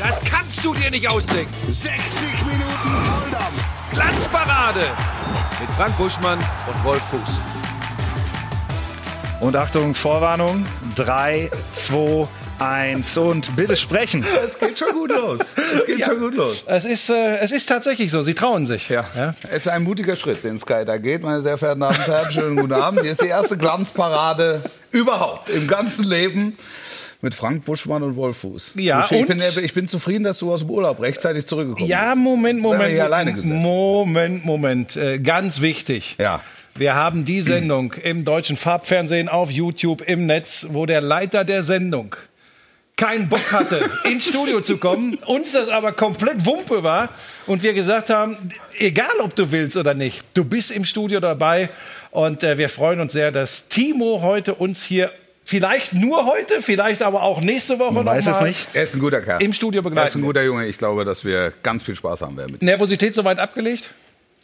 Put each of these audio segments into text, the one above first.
Das kannst du dir nicht ausdenken. 60 Minuten Volldampf. Glanzparade mit Frank Buschmann und Wolf Fuß. Und Achtung, Vorwarnung. 3, 2, 1 und bitte sprechen. Es geht schon gut los. Es geht schon gut los. Es ist, äh, es ist tatsächlich so, sie trauen sich. Ja. es ist ein mutiger Schritt, den Sky da geht, meine sehr verehrten Damen und Herren. Schönen guten Abend. Hier ist die erste Glanzparade überhaupt im ganzen Leben mit Frank Buschmann und Wolf Fuß. Ja, ich, bin, und- ich bin zufrieden, dass du aus dem Urlaub rechtzeitig zurückgekommen Ja, bist. Moment, Sonst wären wir Moment. hier alleine gesessen. Moment, Moment. Äh, ganz wichtig. Ja. Wir haben die Sendung im deutschen Farbfernsehen, auf YouTube, im Netz, wo der Leiter der Sendung keinen Bock hatte, ins Studio zu kommen, uns das aber komplett Wumpe war und wir gesagt haben, egal ob du willst oder nicht, du bist im Studio dabei und äh, wir freuen uns sehr, dass Timo heute uns hier vielleicht nur heute, vielleicht aber auch nächste Woche noch weiß es mal nicht. Er ist ein guter Kerl. im Studio Er ist begleiten. ein guter Junge. Ich glaube, dass wir ganz viel Spaß haben werden mit ihm. Nervosität soweit abgelegt?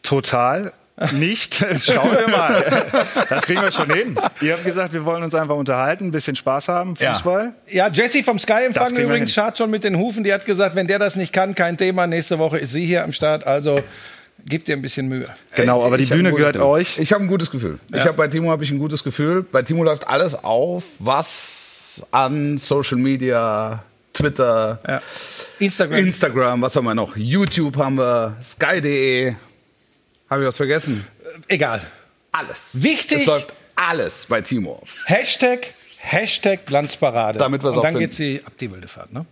Total nicht. Schauen wir mal. Das kriegen wir schon hin. Ihr habt gesagt, wir wollen uns einfach unterhalten, ein bisschen Spaß haben, Ja. Fußball. Ja, Jessie vom Sky Das empfangen kriegen wir übrigens hin. schart schon mit den Hufen. Die hat gesagt, wenn der das nicht kann, kein Thema. Nächste Woche ist sie hier am Start. Also gebt ihr ein bisschen Mühe. Genau, Ich- aber die ich hab Bühne ein gehört gutes Gefühl. euch. Ich habe ein gutes Gefühl. Ich hab, bei Timo habe ich ein gutes Gefühl. Bei Timo läuft alles auf, was an Social Media, Twitter, Ja. Instagram. Instagram, was haben wir noch? YouTube haben wir, Sky.de. Habe ich was vergessen? Egal. Alles. Wichtig. Es läuft alles bei Timo. Hashtag, Hashtag Glanzparade. Damit wir's Und dann auch geht's die, ab die wilde Fahrt. Ne?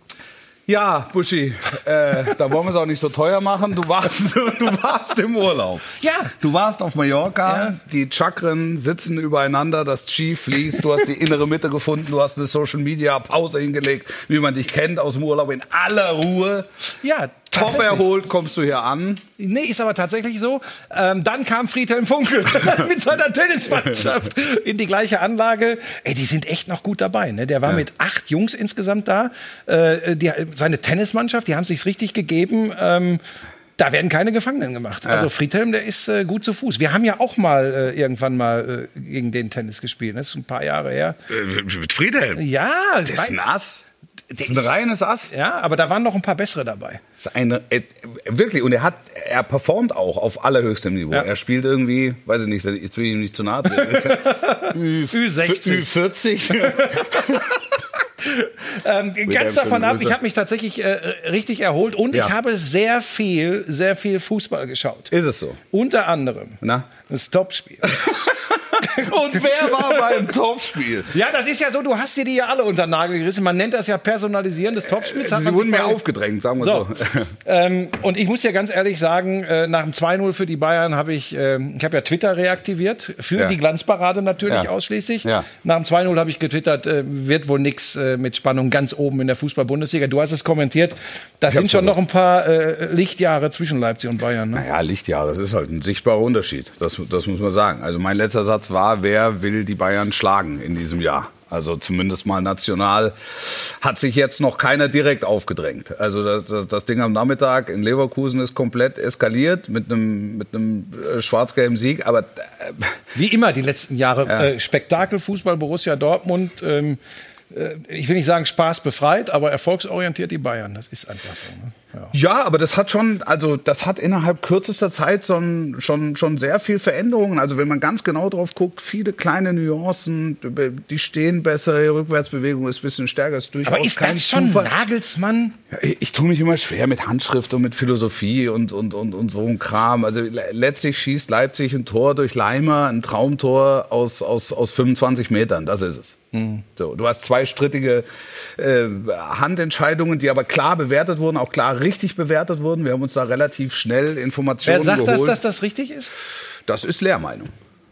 Ja, Buschi, äh, da wollen wir es auch nicht so teuer machen. Du warst, du warst im Urlaub. Ja. Du warst auf Mallorca, Ja. die Chakren sitzen übereinander, das Chi fließt, du hast die innere Mitte gefunden, du hast eine Social Media Pause hingelegt, wie man dich kennt aus dem Urlaub in aller Ruhe. Ja, Top tatsächlich. erholt kommst du hier an. Nee, ist aber tatsächlich so. Ähm, dann kam Friedhelm Funkel mit seiner Tennismannschaft in die gleiche Anlage. Ey, die sind echt noch gut dabei. Ne? Der war mit acht Jungs insgesamt da. Äh, die, seine Tennismannschaft, die haben sich's richtig gegeben. Ähm, da werden keine Gefangenen gemacht. Also Friedhelm, der ist äh, gut zu Fuß. Wir haben ja auch mal äh, irgendwann mal äh, gegen den Tennis gespielt. Das ist ein paar Jahre her. Äh, Mit Friedhelm. Ja, Das ist wei- ein Ass. Das ist ein reines Ass. ja, aber da waren noch ein paar bessere dabei. Das ist eine, äh, wirklich, und er hat, er performt auch auf allerhöchstem Niveau. Ja. Er spielt irgendwie, weiß ich nicht, jetzt will ich ihm nicht zu nahe treten. Ist er Ü60. Ü40. Ähm, ganz einem davon schönen ab, Grüße. ich habe mich tatsächlich äh, richtig erholt und Ja. ich habe sehr viel, sehr viel Fußball geschaut. Ist es so? Unter anderem Na? das Topspiel. Und wer war beim Topspiel? ja, das ist ja so, du hast dir die ja alle unter den Nagel gerissen. Man nennt das ja Personalisieren des Topspiels. Hat Sie man wurden sich mir mal- aufgedrängt, sagen wir So. so. ähm, und ich muss dir ganz ehrlich sagen, äh, nach dem 2-0 für die Bayern habe ich, ähm, ich habe ja Twitter reaktiviert, für Ja. die Glanzparade natürlich Ja. ausschließlich. Ja. Nach dem 2-0 habe ich getwittert, äh, wird wohl nix äh, mit Spannung ganz oben in der Fußball-Bundesliga. Du hast es kommentiert, da sind hab's schon noch versucht. ein paar äh, Lichtjahre zwischen Leipzig und Bayern. Ne? Naja, Lichtjahre, das ist halt ein sichtbarer Unterschied. Das, das muss man sagen. Also mein letzter Satz war, wer will die Bayern schlagen in diesem Jahr? Also zumindest mal national hat sich jetzt noch keiner direkt aufgedrängt. Also das, das, das Ding am Nachmittag in Leverkusen ist komplett eskaliert mit einem, mit einem äh, schwarz-gelben Sieg. Aber äh, Wie immer die letzten Jahre. Äh, Spektakel, Fußball, Borussia Dortmund. Ähm, äh, ich will nicht sagen Spaß befreit, aber erfolgsorientiert die Bayern. Das ist einfach so. Ne? Ja. Ja, aber das hat schon, also das hat innerhalb kürzester Zeit schon, schon, schon sehr viel Veränderungen. Also wenn man ganz genau drauf guckt, viele kleine Nuancen, die stehen besser, die Rückwärtsbewegung ist ein bisschen stärker. Ist durchaus Aber ist kein das schon Zufall. Nagelsmann? Ich, ich tue mich immer schwer mit Handschrift und mit Philosophie und, und, und, und so ein Kram. Also le- letztlich schießt Leipzig ein Tor durch Leimer, ein Traumtor aus, aus, aus 25 Metern. Das ist es. Mhm. So, du hast zwei strittige äh, Handentscheidungen, die aber klar bewertet wurden, auch klar richtig bewertet wurden. Wir haben uns da relativ schnell Informationen Wer sagt das, geholt. dass das richtig ist? das ist Lehrmeinung.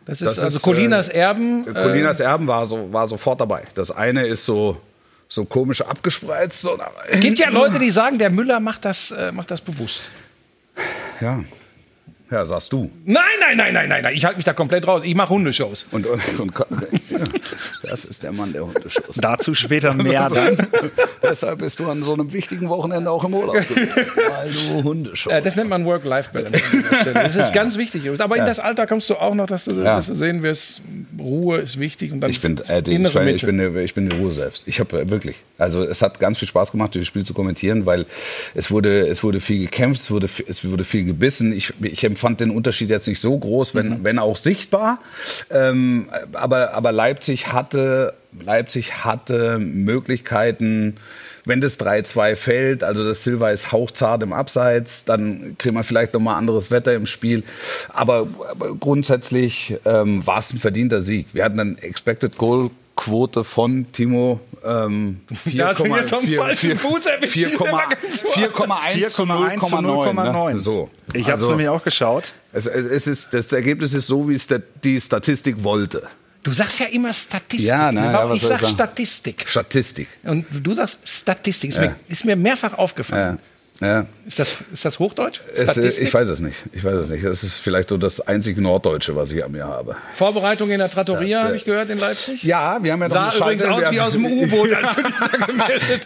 Das ist Das also ist, Colinas Erben. Äh, Colinas Erben war, so, war sofort dabei. Das eine ist so, so komisch abgespreizt. So nach gibt ja hinten. Leute, die sagen, der Müller macht das, äh, macht das bewusst. Ja. ja, sagst du. Nein, nein, nein, nein, nein, nein. Ich halte mich da komplett raus. Ich mache Hundeshows. Und, und, und ja, das ist der Mann der Hundeschuss. Also Dazu später mehr dann. Deshalb bist du an so einem wichtigen Wochenende auch im Urlaub gewesen, weil du Hunde Äh, das nennt man Work-Life-Balance. an dieser Stelle. Das ist ganz wichtig. übrigens. Aber in das Alter kommst du auch noch, dass du, dass du sehen wirst, Ruhe ist wichtig. Und dann Ich bin, äh, die- ich, innere bin, ich, Mitte. bin, ich bin die Ruhe selbst. Ich habe äh, wirklich. Also es hat ganz viel Spaß gemacht, dieses Spiel zu kommentieren, weil es wurde, es wurde viel gekämpft, es wurde, fi- es wurde viel gebissen. Ich, ich empfand den Unterschied jetzt nicht so groß, wenn, wenn auch sichtbar. Ähm, aber, aber Leipzig hatte, Leipzig hatte Möglichkeiten. Wenn das 3-2 fällt, also das Silva ist hauchzart im Abseits, dann kriegen wir vielleicht nochmal anderes Wetter im Spiel. Aber, aber grundsätzlich ähm, war es ein verdienter Sieg. Wir hatten eine Expected Goal Quote von Timo ähm, Da sind wir jetzt am 4,4 falschen Fuß erwischt. 4,1 zu 0,9. 4,1. ne? So. Ich habe es Also, nämlich auch geschaut. es, es es ist, das Ergebnis ist so, wie es der, die Statistik wollte. Du sagst ja immer Statistik. Ja, ne, ja, was ich soll ich sag sagen? Statistik. Statistik. Und du sagst Statistik. Ist, Ja. mir, ist mir mehrfach aufgefallen. Ja. Ja. Ist, das, ist das Hochdeutsch? Es, äh, ich weiß es nicht. Ich weiß es nicht. Das ist vielleicht so das einzige Norddeutsche, was ich an mir habe. Vorbereitung in der Trattoria, Ja. habe ich gehört, in Leipzig. Ja, wir haben ja Sah übrigens aus wie aus dem U-Boot, als du dich da gemeldet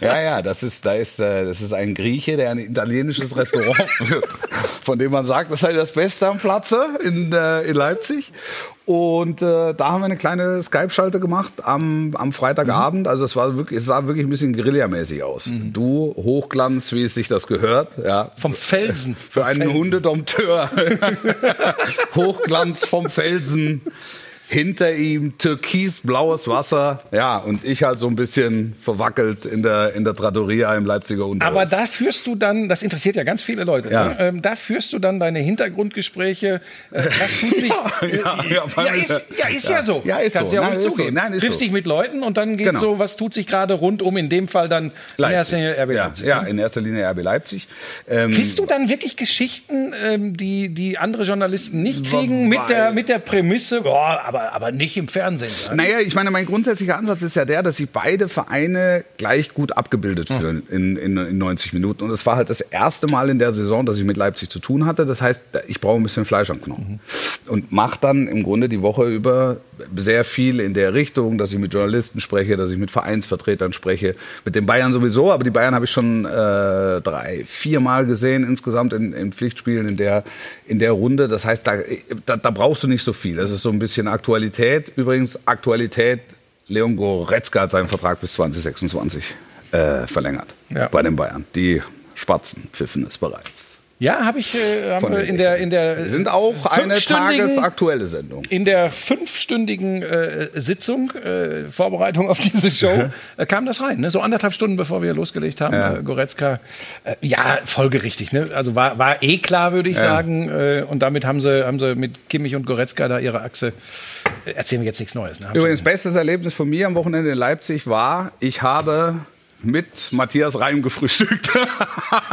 Ja, ja, das ist, da ist, äh, das ist ein Grieche, der ein italienisches Restaurant führt, von dem man sagt, das sei das Beste am Platze in, äh, in Leipzig. Und äh, da haben wir eine kleine Skype-Schalte gemacht am, am Freitagabend. Also es, war wirklich, es sah wirklich ein bisschen guerillamäßig aus. Du, Hochglanz, wie es sich das gehört. Ja, Vom Felsen. für einen Hundedompteur. Hochglanz vom Felsen. Hinter ihm türkisblaues Wasser. Ja, und ich halt so ein bisschen verwackelt in der, in der Trattoria im Leipziger Unterholz. Aber da führst du dann, das interessiert ja ganz viele Leute, Ja. ne? ähm, da führst du dann deine Hintergrundgespräche. Äh, das tut sich. ja, äh, ja, weil- ist, ja, ist ja, ja. so. Ja, ist Kannst so. ja auch Nein, nicht ist so. zugeben. Nein, ist Triffst so. dich mit Leuten und dann geht Genau. so, was tut sich gerade rundum, in dem Fall dann in Leipzig. erster Linie RB ja, Leipzig. ne? ja, in erster Linie RB Leipzig. Ähm, Kriegst du dann wirklich Geschichten, ähm, die, die andere Journalisten nicht kriegen, Weil- mit der, mit der Prämisse, boah, aber, aber nicht im Fernsehen? ne? Ja? Naja, ich meine, mein grundsätzlicher Ansatz ist ja der, dass sich beide Vereine gleich gut abgebildet fühlen in, in, in 90 Minuten. Und es war halt das erste Mal in der Saison, dass ich mit Leipzig zu tun hatte. Das heißt, ich brauche ein bisschen Fleisch am Knochen. Und mache dann im Grunde die Woche über sehr viel in der Richtung, dass ich mit Journalisten spreche, dass ich mit Vereinsvertretern spreche, mit den Bayern sowieso, aber die Bayern habe ich schon äh, drei, viermal gesehen insgesamt in, in Pflichtspielen in der, in der Runde. Das heißt, da, da, da brauchst du nicht so viel. Das ist so ein bisschen Aktualität. Übrigens, Aktualität, Leon Goretzka hat seinen Vertrag bis 2026 äh, verlängert Ja. bei den Bayern. Die Spatzen pfiffen es bereits. Ja, habe ich äh, haben Von wir den in der in der Wir sind auch eine fünfstündigen- tagesaktuelle Sendung. in der fünfstündigen äh, Sitzung, äh, Vorbereitung auf diese Show, äh, kam das rein. Ne? So anderthalb Stunden, bevor wir losgelegt haben, äh, Goretzka. Äh, ja, folgerichtig. Ne? Also war, war eh klar, würde ich sagen. Äh, und damit haben sie, haben sie mit Kimmich und Goretzka da ihre Achse. Äh, erzählen wir jetzt nichts Neues. Ne? Haben Übrigens, bestes Erlebnis von mir am Wochenende in Leipzig war, ich habe mit Matthias Reim gefrühstückt.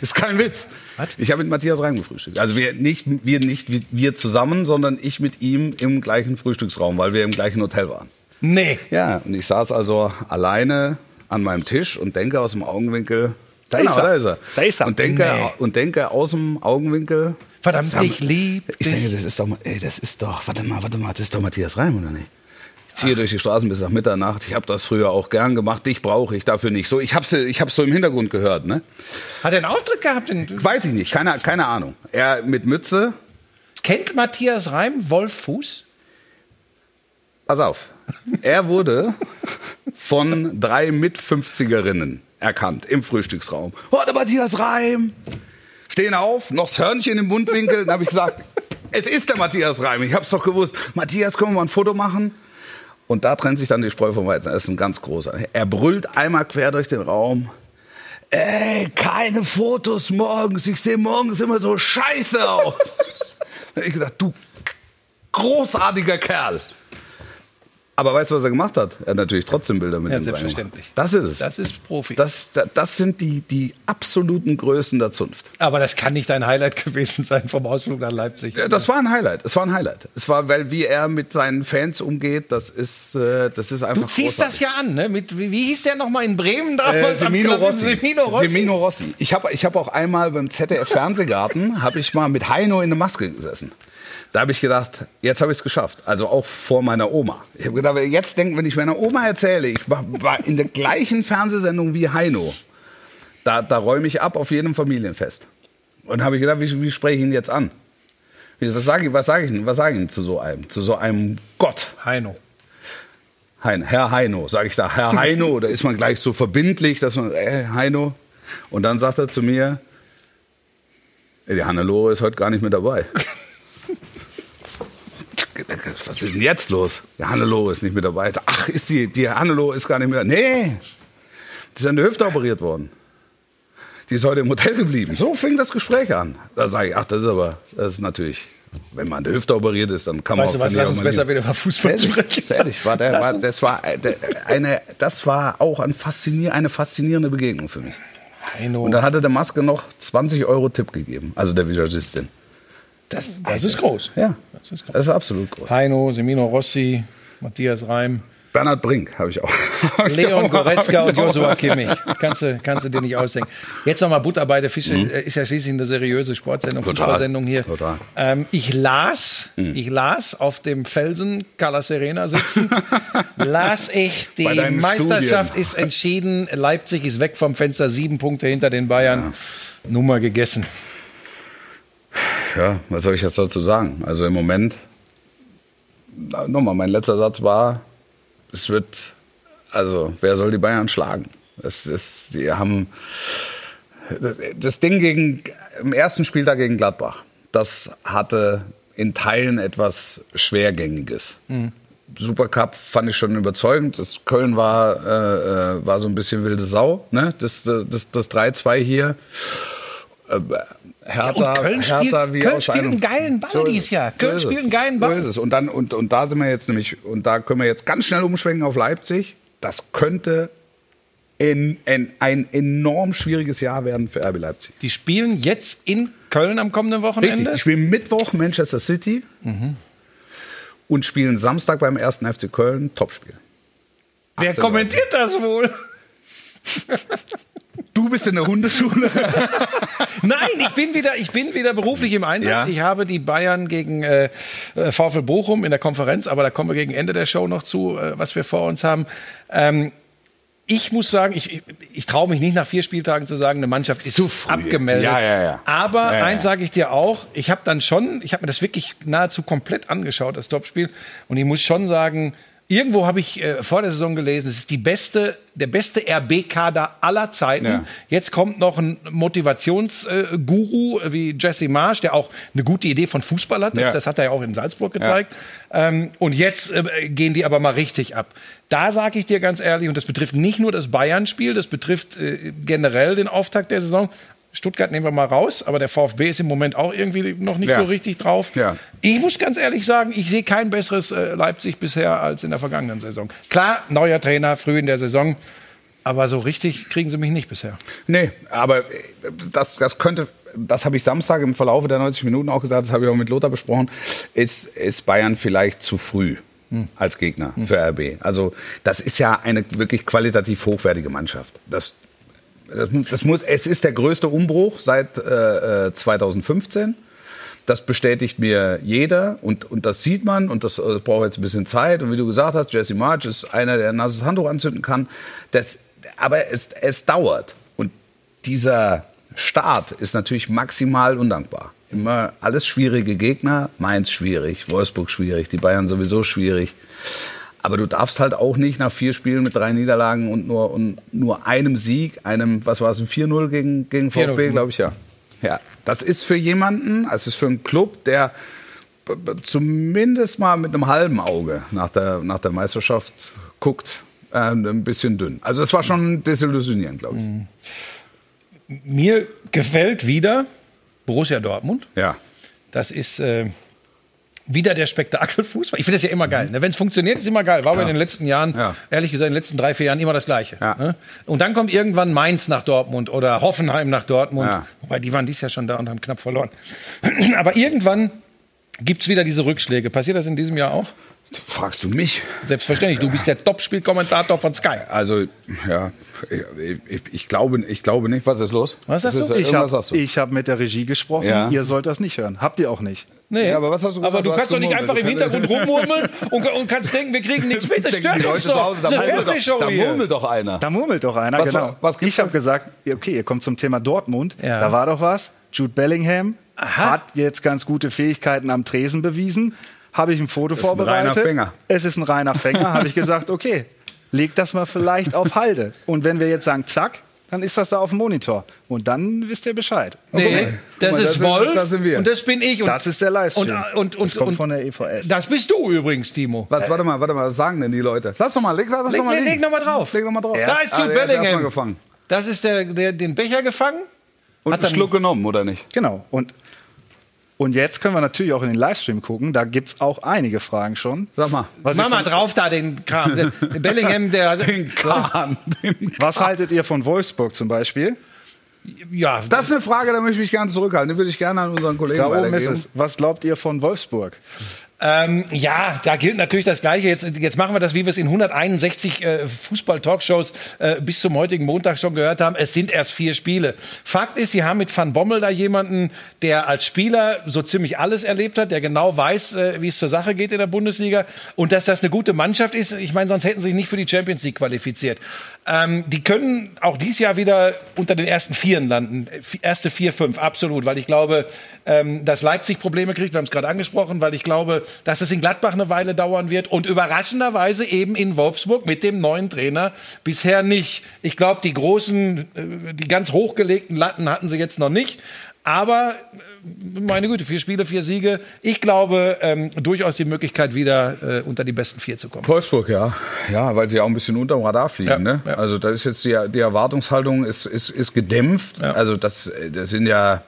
ist kein Witz. Was? Ich habe mit Matthias Reim gefrühstückt. Also wir nicht, wir nicht wir- wir zusammen, sondern ich mit ihm im gleichen Frühstücksraum, weil wir im gleichen Hotel waren. schon- Nee. Ja, und ich saß also alleine an meinem Tisch und denke aus dem Augenwinkel. Da ist er. da ist er. Da ist er. Und denke, Nee. und denke aus dem Augenwinkel. Verdammt, Sam- ich lieb Ich denke, dich. das ist doch, mal- ey, das ist doch, warte mal, warte mal, das ist doch Matthias Reim, oder nicht? Ich ziehe durch die Straßen bis nach Mitternacht. Ich habe das früher auch gern gemacht. Dich brauche ich dafür nicht. So, ich hab's, ich hab's so im Hintergrund gehört, ne? Hat er einen Auftritt gehabt? Den, Weiß ich nicht, keine, keine Ahnung. Er mit Mütze, kennt Matthias Reim Wolf Fuß? Pass auf. Er wurde von drei Mit-50erinnen erkannt im Frühstücksraum. Oh, der Matthias Reim! Stehen auf, noch das Hörnchen im Mundwinkel. Dann habe ich gesagt, es ist der Matthias Reim. Ich habe es doch gewusst. Matthias, können wir mal ein Foto machen? Und da trennt sich dann die Spreu vom Weizen. Das ist ein ganz großer. Er brüllt einmal quer durch den Raum. Ey, keine Fotos morgens. Ich sehe morgens immer so scheiße aus. Da hab ich gedacht, du großartiger Kerl. Aber weißt du, was er gemacht hat? Er hat natürlich trotzdem Bilder mit Ja, ihm selbstverständlich. reingemacht. Das ist es. Das ist Profi. Das, das, das sind die, die absoluten Größen der Zunft. Aber das kann nicht dein Highlight gewesen sein vom Ausflug nach Leipzig. Ja, Das war ein Highlight. Es war ein Highlight. Es war, weil wie er mit seinen Fans umgeht, das ist, äh, das ist einfach. Du ziehst großartig. das ja an, ne? Mit, wie, wie hieß der nochmal in Bremen Äh, damals? am Semino Klavier? Rossi. Semino Rossi. Semino Rossi. Ich habe ich hab auch einmal beim ZDF Fernsehgarten, habe ich mal mit Heino in der Maske gesessen. Da habe ich gedacht, jetzt habe ich es geschafft. Also auch vor meiner Oma. Ich habe gedacht, jetzt denken, wenn ich meiner Oma erzähle, ich war, war in der gleichen Fernsehsendung wie Heino, da, da räume ich ab auf jedem Familienfest. Und habe ich gedacht, wie, wie spreche ich ihn jetzt an? Wie- Was sage ich, was sage ich, denn- was sage ich denn zu so einem, zu so einem Gott? Heino. Hein, Herr Heino, sage ich da, Herr Heino, da ist man gleich so verbindlich, dass man, äh, Heino. Und dann sagt er zu mir, "Ey, die Hannelore ist heute gar nicht mit dabei. Was ist denn jetzt los? Die Hannelore ist nicht mit dabei. Ich sag, Ach, ist sie, die Hannelore ist gar nicht mit dabei. Nee, die ist an der Hüfte operiert worden. Die ist heute im Hotel geblieben. So fing das Gespräch an. Da sage ich, ach, das ist aber, das ist natürlich, wenn man an der Hüfte operiert ist, dann kann man Weißt du auch was, finde ich lass auch uns mal besser lieben. wieder über Fußball sprechen. Ehrlich, ehrlich war, der, Lass war, uns- das war äh, der, eine, das war auch ein faszinier, eine faszinierende Begegnung für mich. Heino. Und dann hatte der Maske noch 20 Euro Tipp gegeben, also der Visagistin. das, das ist groß. Ja, Das ist das ist absolut groß. Heino, Semino Rossi, Matthias Reim, Bernhard Brink habe ich auch. Leon Goretzka und Joshua Kimmich. Kannst Kannst du, kannst du dir nicht ausdenken. Jetzt nochmal Butter bei der Fische. Äh, Ist ja schließlich eine seriöse Sportsendung, Mhm. Total. Fußballsendung hier. Total. Mhm. Ähm, ich las, ich las auf dem Felsen, Cala Serena sitzend, las ich, die Bei deinen Meisterschaft Studien. ist entschieden. Leipzig ist weg vom Fenster, sieben Punkte hinter den Bayern. Nummer gegessen. ja, was soll ich jetzt dazu sagen? Also im Moment, na, nochmal, mein letzter Satz war, es wird, also wer soll die Bayern schlagen? Es ist, die haben das Ding gegen, im ersten Spieltag gegen Gladbach, das hatte in Teilen etwas Schwergängiges. Mhm. Supercup fand ich schon überzeugend. Das Köln war, äh, äh, war so ein bisschen wilde Sau. Ne? Das, das, das 3-2 hier. Äh, Hertha, Ja, und Köln spielt- Hertha wie Köln aus spielt einem- einen geilen Ball So ist dieses es. Jahr. Köln So ist spielt es. einen geilen Ball. So ist es. Und, dann, und, und da sind wir jetzt nämlich, und da können wir jetzt ganz schnell umschwenken auf Leipzig. Das könnte in, in, ein enorm schwieriges Jahr werden für RB Leipzig. Die spielen jetzt in Köln am kommenden Wochenende. Richtig, die spielen Mittwoch Manchester City und spielen Samstag beim 1. FC Köln Topspiel. Wer kommentiert das wohl? Du bist in der Hundeschule. Nein, ich bin wieder, ich bin wieder beruflich im Einsatz. Ja. Ich habe die Bayern gegen äh, äh, VfL Bochum in der Konferenz, aber da kommen wir gegen Ende der Show noch zu, äh, was wir vor uns haben. Ähm, ich muss sagen, ich, ich- ich traue mich nicht nach vier Spieltagen zu sagen, eine Mannschaft ist zu früh. abgemeldet. Ja, ja, ja. Aber Ja, ja, ja. eins sage ich dir auch, ich habe dann schon, ich habe mir das wirklich nahezu komplett angeschaut, das Topspiel. Und ich muss schon sagen, irgendwo habe ich äh, vor der Saison gelesen, es ist die beste, der beste RB-Kader aller Zeiten. Ja. Jetzt kommt noch ein Motivationsguru äh, wie Jesse Marsch, der auch eine gute Idee von Fußball hat. Das, Ja. das hat er ja auch in Salzburg gezeigt. Ähm, und jetzt äh, gehen die aber mal richtig ab. Da sage ich dir ganz ehrlich, und das betrifft nicht nur das Bayern-Spiel, das betrifft äh, generell den Auftakt der Saison. Stuttgart nehmen wir mal raus, aber der VfB ist im Moment auch irgendwie noch nicht Ja. so richtig drauf. Ja. Ich muss ganz ehrlich sagen, ich sehe kein besseres äh, Leipzig bisher als in der vergangenen Saison. Klar, neuer Trainer früh in der Saison, aber so richtig kriegen sie mich nicht bisher. Nee, aber äh, das, das könnte, das habe ich Samstag im Verlauf der 90 Minuten auch gesagt, das habe ich auch mit Lothar besprochen, ist, ist Bayern vielleicht zu früh als Gegner für RB. Also das ist ja eine wirklich qualitativ hochwertige Mannschaft. Das, das, mu- das muss, es ist der größte Umbruch seit äh, äh, 2015. Das bestätigt mir jeder und, und das sieht man und das äh, braucht jetzt ein bisschen Zeit. Und wie du gesagt hast, Jesse March ist einer, der ein nasses Handtuch anzünden kann. Das, aber es, es dauert. Und dieser Start ist natürlich maximal undankbar. Immer alles schwierige Gegner, Mainz schwierig, Wolfsburg schwierig, die Bayern sowieso schwierig. Aber du darfst halt auch nicht nach vier Spielen mit drei Niederlagen und nur, und nur einem Sieg, einem, was war es, ein 4-0 gegen, gegen 4-0, VfB, mhm. glaube ich, ja. Ja, das ist für jemanden, also es ist für einen Club, der b- b- zumindest mal mit einem halben Auge nach der, nach der Meisterschaft guckt, äh, ein bisschen dünn. Also es war schon desillusionierend, glaube ich. Mhm. Mir gefällt wieder Borussia Dortmund. Ja. Das ist äh, wieder der Spektakelfußball. Ich finde das ja immer geil. Ne? Wenn es funktioniert, ist immer geil. War aber in den letzten Jahren, Ja. ehrlich gesagt, in den letzten drei, vier Jahren immer das Gleiche. Ja. Ne? Und dann kommt irgendwann Mainz nach Dortmund oder Hoffenheim nach Dortmund. Ja. Wobei die waren dies Jahr schon da und haben knapp verloren. Aber irgendwann gibt es wieder diese Rückschläge. Passiert das in diesem Jahr auch? Fragst du mich? Selbstverständlich. Du bist der Top-Spielkommentator von Sky. Also, ja, ich, ich, ich, glaube, ich glaube nicht. Was ist los? Was sagst Das du? Ist, Ich irgendwas Ich sagst du? habe hab mit der Regie gesprochen, Ja. ihr sollt das nicht hören. Habt ihr auch nicht. Nee. Ja, aber was hast du gesagt? Aber du, Du hast kannst doch nicht gemurmelt. einfach im Hintergrund rummurmeln und, und kannst denken, wir kriegen nichts mit. Das stört uns doch. da Das ist eine murmelt doch, Fernsehshow da hier. murmelt doch einer. Da murmelt doch einer, Was genau. war- was gibt's ich habe gesagt, okay, ihr kommt zum Thema Dortmund. Ja. Da war doch was. Jude Bellingham hat jetzt ganz gute Fähigkeiten am Tresen bewiesen. Habe ich ein Foto ein vorbereitet. reiner Fänger. Es ist ein reiner Fänger. habe ich gesagt, okay, leg das mal vielleicht auf Halde. Und wenn wir jetzt sagen, zack, dann ist das da auf dem Monitor. Und dann wisst ihr Bescheid. Nee, das mal, da ist sind- Wolf da sind wir. und das bin ich. Und Das ist der Livestream. Und, und, und, das kommt und, von der E EVS. das bist du übrigens, Timo. Was, warte mal, warte mal, was sagen denn die Leute? Lass doch mal, leg, lass Leg- doch mal leg- liegen. leg noch mal drauf. Leg noch mal drauf. Ah, Da ist Jude der hat's Bellingham. erst mal gefangen. Das ist der, der den Becher gefangen. Und Hat einen er- Schluck genommen, oder nicht? Genau. Und, und jetzt können wir natürlich auch in den Livestream gucken. Da gibt es auch einige Fragen schon. Sag mal. Was, ihr Mach mal von- drauf da den Kram. Der- der Bellingham, der. Den Kahn. Den was haltet ihr von Wolfsburg zum Beispiel? Ja, Das ist eine Frage, da möchte ich mich gerne zurückhalten. Die würde ich gerne an unseren Kollegen Da oben ist weitergeben. es. Was glaubt ihr von Wolfsburg? Ähm, ja, da gilt natürlich das Gleiche. Jetzt, jetzt machen wir das, wie wir es in 161 äh, Fußball-Talkshows äh, bis zum heutigen Montag schon gehört haben. Es sind erst vier Spiele. Fakt ist, sie haben mit Van Bommel da jemanden, der als Spieler so ziemlich alles erlebt hat, der genau weiß, äh, wie es zur Sache geht in der Bundesliga und dass das eine gute Mannschaft ist. Ich meine, sonst hätten sie sich nicht für die Champions League qualifiziert. Ähm, die können auch dieses Jahr wieder unter den ersten Vieren landen. Äh, Erste vier, fünf, absolut. Weil ich glaube, ähm, dass Leipzig Probleme kriegt, wir haben es gerade angesprochen, weil ich glaube, dass es in Gladbach eine Weile dauern wird und überraschenderweise eben in Wolfsburg mit dem neuen Trainer bisher nicht. Ich glaube, die großen, äh, die ganz hochgelegten Latten hatten sie jetzt noch nicht. Aber äh, meine Güte, vier Spiele, vier Siege. Ich glaube ähm, durchaus die Möglichkeit, wieder äh, unter die besten vier zu kommen. Wolfsburg, ja. Ja, weil sie auch ein bisschen unterm Radar fliegen. Ja, ne? ja. Also da ist jetzt die, die Erwartungshaltung ist, ist, ist gedämpft. Also das, das sind ja,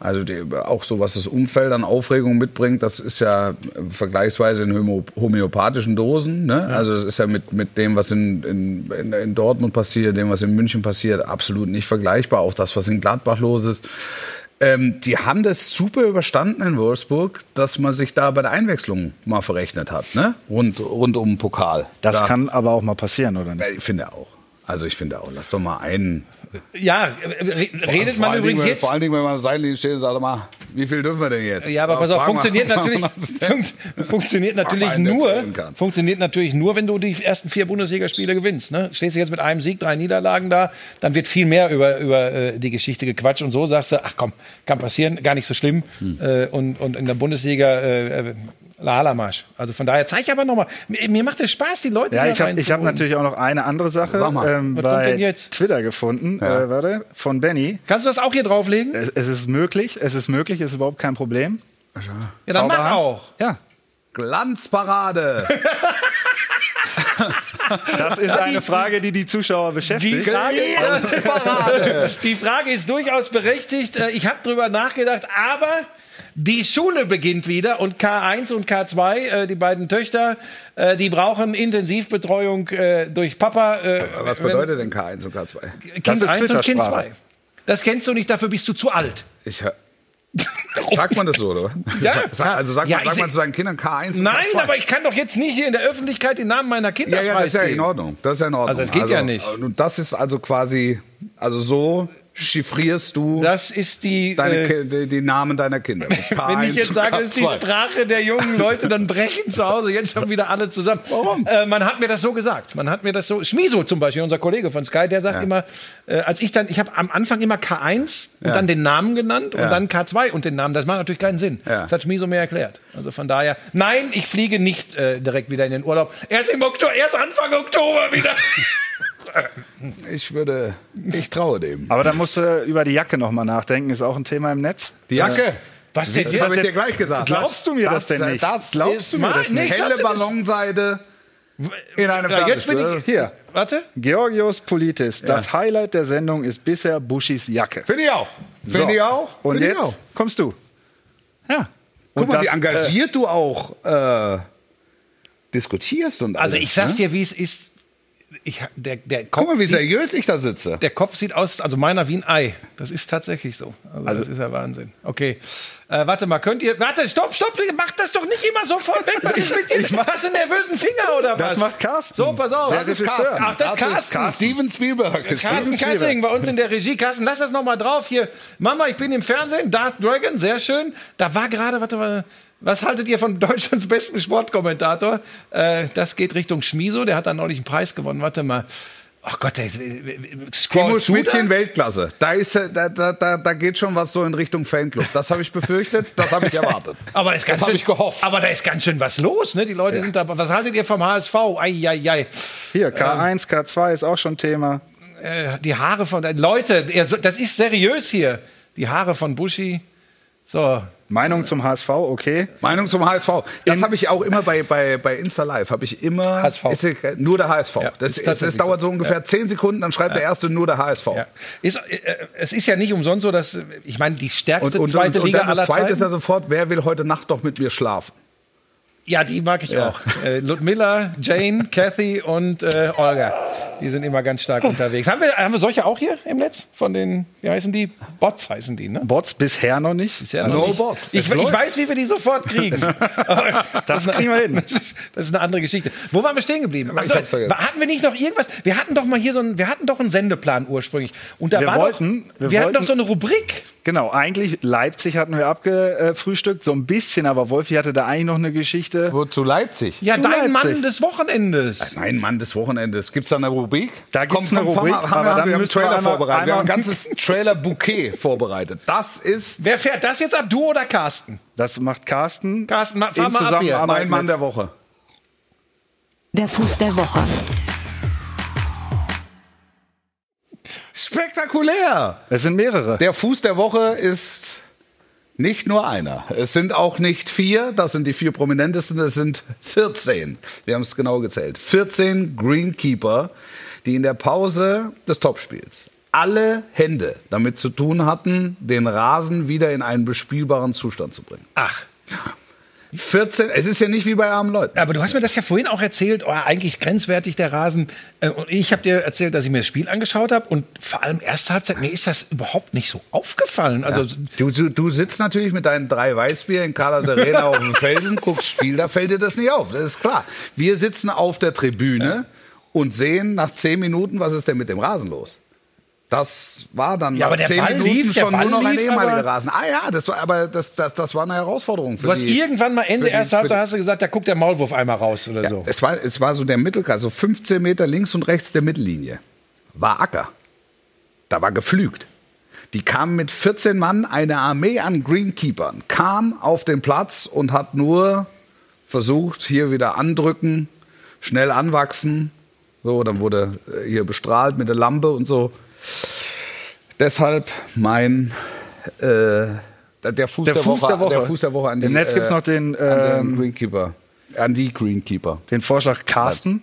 also die, auch so, was das Umfeld an Aufregung mitbringt, das ist ja äh, vergleichsweise in homo- homöopathischen Dosen. Ne? Also es ist ja mit, mit dem, was in, in, in, in Dortmund passiert, dem, was in München passiert, absolut nicht vergleichbar. Auch das, was in Gladbach los ist. Ähm, die haben das super überstanden in Wolfsburg, dass man sich da bei der Einwechslung mal verrechnet hat, ne? Rund, rund um den Pokal. Das da, kann aber auch mal passieren, oder nicht? Ich finde auch. Also ich finde auch, lass doch mal einen. Ja, äh, re redet man übrigens jetzt. Vor allen Dingen, wenn man auf Seitenlinie steht und sagt, mal, wie viel dürfen wir denn jetzt? Ja, aber pass auf, funktioniert natürlich, funkt, funktioniert natürlich einen, der nur, zählen kann. funktioniert natürlich nur, wenn du die ersten vier Bundesligaspiele gewinnst. Ne? Stehst du jetzt mit einem Sieg, drei Niederlagen da, dann wird viel mehr über, über äh, die Geschichte gequatscht und so sagst du, ach komm, kann passieren, gar nicht so schlimm. Hm. Äh, und, und in der Bundesliga äh, äh, la la Marsch. Also von daher zeig aber nochmal, mir, mir macht es Spaß, die Leute Ja, da ich habe ich hab reinzuholen. natürlich auch noch eine andere Sache Sag mal. ähm, Was kommt bei denn jetzt? Twitter gefunden. Äh, warte, von Benny. Kannst du das auch hier drauflegen? Es, es ist möglich, es ist möglich, es ist überhaupt kein Problem. Ja, dann mach Zauberhand. auch. Ja, Glanzparade. das ist eine Frage, die die Zuschauer beschäftigt. Die Frage, die Frage ist durchaus berechtigt. Äh, Ich habe drüber nachgedacht, aber die Schule beginnt wieder und K1 und K2, äh, die beiden Töchter, äh, die brauchen Intensivbetreuung äh, durch Papa. äh, Was bedeutet denn K1 und K2? wenn- das Kind ist 1 und Kind Twitter-Sprache. 2? Das kennst du nicht, dafür bist du zu alt. Ich, hör- sagt man das so, oder? Oh. Ja. Sag, also sagt, Ja, man, ich sagt man seh- zu seinen Kindern K1 und Nein, K2? aber ich kann doch jetzt nicht hier in der Öffentlichkeit den Namen meiner Kinder Ja, ja, das ist ja in preisgeben. Ordnung. Das ist ja in Ordnung. Also das geht ja nicht. Und das ist also quasi, also so chiffrierst du Das ist die. deine, äh, Ki- die, die Namen deiner Kinder. Wenn ich jetzt sage, es ist die Sprache der jungen Leute, dann brechen zu Hause jetzt schon wieder alle zusammen. Warum? Äh, man hat mir das so gesagt. Man hat mir das so. Schmiso zum Beispiel, unser Kollege von Sky, der sagt immer, äh, als ich dann, ich habe am Anfang immer K1 und dann den Namen genannt und dann K2 und den Namen. Das macht natürlich keinen Sinn. Ja. Das hat Schmiso mir erklärt. Also von daher, nein, ich fliege nicht äh, direkt wieder in den Urlaub. Erst im Oktober, erst Anfang Oktober wieder. Ich würde, ich traue dem. Aber da musst du über die Jacke nochmal nachdenken, ist auch ein Thema im Netz. Die Jacke. Was denn Das habe ich jetzt- dir gleich gesagt. Glaubst du mir das denn nicht? Das Glaubst glaubst du du mir das das nicht? nicht? Helle Ballonseide in einem ja, jetzt bin ich- Hier, Warte. Georgios Politis. Das Highlight der Sendung ist bisher Buschis Jacke. Finde ich auch. Finde ich auch. Und Finde ich jetzt auch. kommst du. Ja. Guck mal, wie das, äh, engagiert du auch äh, diskutierst und alles. Also ich sag's ne? dir, wie es ist. Ich, der, der Kopf Guck mal, wie sieht- seriös ich da sitze. Also Der Kopf sieht aus, also meiner wie ein Ei. Das ist tatsächlich so. Also, das ist ja Wahnsinn. Okay. Äh, warte mal, könnt ihr. Warte, stopp, stopp, macht das doch nicht immer sofort weg. Was ist mit dir? Hast du einen nervösen Finger oder was? Das macht Carsten. So, pass auf. Der Das ist Regisseur. Carsten. Ach, das ist Das ist Carsten. Carsten. Steven Spielberg ist Carsten das. Kassing bei uns in der Regie. Carsten, lass das nochmal drauf. Hier, Mama, ich bin im Fernsehen. Darth Dragon, sehr schön. Da war gerade, warte mal, was haltet ihr von Deutschlands bestem Sportkommentator? Äh, das geht Richtung Schmiso, der hat da neulich einen Preis gewonnen. Warte mal. Ach Gott, der, Timo Scroll Schmidtchen Weltklasse. Da, ist, äh, da, da, da, da geht schon was so in Richtung Fanclub. Das habe ich befürchtet, das habe ich erwartet. Aber ist ganz Das hab schön, ich gehofft. Aber da ist ganz schön was los, ne? Die Leute sind da. Was haltet ihr vom HSV? Ai, ai, ai. äh, Hier, K1, K2 ist auch schon Thema. Äh, Die Haare von Leute, ihr so- das ist seriös hier. Die Haare von Buschi. So, Meinung zum HSV, okay. Meinung zum HSV. Das habe ich auch immer bei, bei, bei Insta Live. Habe ich immer HSV. Ist, äh, nur der HSV. das, Ja, ist ist, das tatsächlich dauert so ungefähr zehn Sekunden, dann schreibt der erste nur der HSV. Ja. Ist, äh, es ist ja nicht umsonst so, dass äh, ich meine die Und, stärkste und, zweite und, und Liga dann das aller zweite Zeiten. ist ja sofort, wer will heute Nacht doch mit mir schlafen? ja, die mag ich auch. Äh, Ludmilla, Jane, Kathy und äh, Olga. Die sind immer ganz stark unterwegs. Haben wir, haben wir solche auch hier im Netz von den? Wie heißen die? Bots heißen die, ne? Bots bisher noch nicht. Ist ja noch No nicht- Bots. Ich, Es ich läuft. weiß, wie wir die sofort kriegen. das kriegen wir hin. Das ist, das ist eine andere Geschichte. Wo waren wir stehen geblieben? ich hab's vergessen. hatten wir nicht noch irgendwas? Wir hatten doch mal hier so einen, wir hatten doch einen Sendeplan ursprünglich. Und da Wir war wollten- doch, wir, wir hatten doch wollten- so eine Rubrik. Genau, eigentlich Leipzig hatten wir abgefrühstückt, so ein bisschen, aber Wolfi hatte da eigentlich noch eine Geschichte. Wozu Leipzig? Ja, Zu dein Leipzig. Mann des Wochenendes. Nein, Mann, das Wochenende. Gibt es da eine Rubrik? Da gibt's Komm, eine komm, Rubrik, Haben, aber haben, dann wir haben einen müssen wir Trailer einmal- vorbereitet. Wir haben ein einmal- ganzes Trailer-Bouquet vorbereitet. Das ist Wer fährt das jetzt ab, du oder Carsten? Das macht Carsten. Carsten, ma- fahr In mal ab hier. Zusammenarbeit mein Mann mit- der Woche. Der Fuß der Woche. Spektakulär! Es sind mehrere. Der Fuß der Woche ist nicht nur einer. Es sind auch nicht vier, das sind die vier prominentesten, es sind 14. Wir haben es genau gezählt. 14 Greenkeeper, die in der Pause des Topspiels alle Hände damit zu tun hatten, den Rasen wieder in einen bespielbaren Zustand zu bringen. Ach, 14, es ist ja nicht wie bei armen Leuten. aber du hast mir das ja vorhin auch erzählt, oh, eigentlich grenzwertig der Rasen. Äh, Und ich habe dir erzählt, dass ich mir das Spiel angeschaut habe und vor allem erste Halbzeit, mir ist das überhaupt nicht so aufgefallen. Also Du, du, du sitzt natürlich mit deinen drei Weißbier in Cala Serena auf dem Felsen, guckst Spiel, da fällt dir das nicht auf. Das ist klar. Wir sitzen auf der Tribüne und sehen nach zehn Minuten, was ist denn mit dem Rasen los? Das war dann Ja, nach aber der zehn Ball Minuten lief, der schon Ball nur noch ein lief, ehemaliger aber- Rasen. Ah ja, das war, aber das, das, das war eine Herausforderung für du hast die. irgendwann mal Ende für die- erster für die- Halbzeit hast du gesagt, da guckt der Maulwurf einmal raus oder so. Es war, es war so der Mittelkreis, so 15 Meter links und rechts der Mittellinie. War Acker. Da war geflügt. Die kamen mit 14 Mann, eine Armee an Greenkeepern, kam auf den Platz und hat nur versucht, hier wieder andrücken, schnell anwachsen. So, dann wurde äh, hier bestrahlt mit der Lampe und so. Deshalb mein äh, der Fuß der, Woche, der Fuß der Woche an die Im Netz gibt's äh, noch den, an den ähm, Greenkeeper, an die Greenkeeper. den Vorschlag Carsten.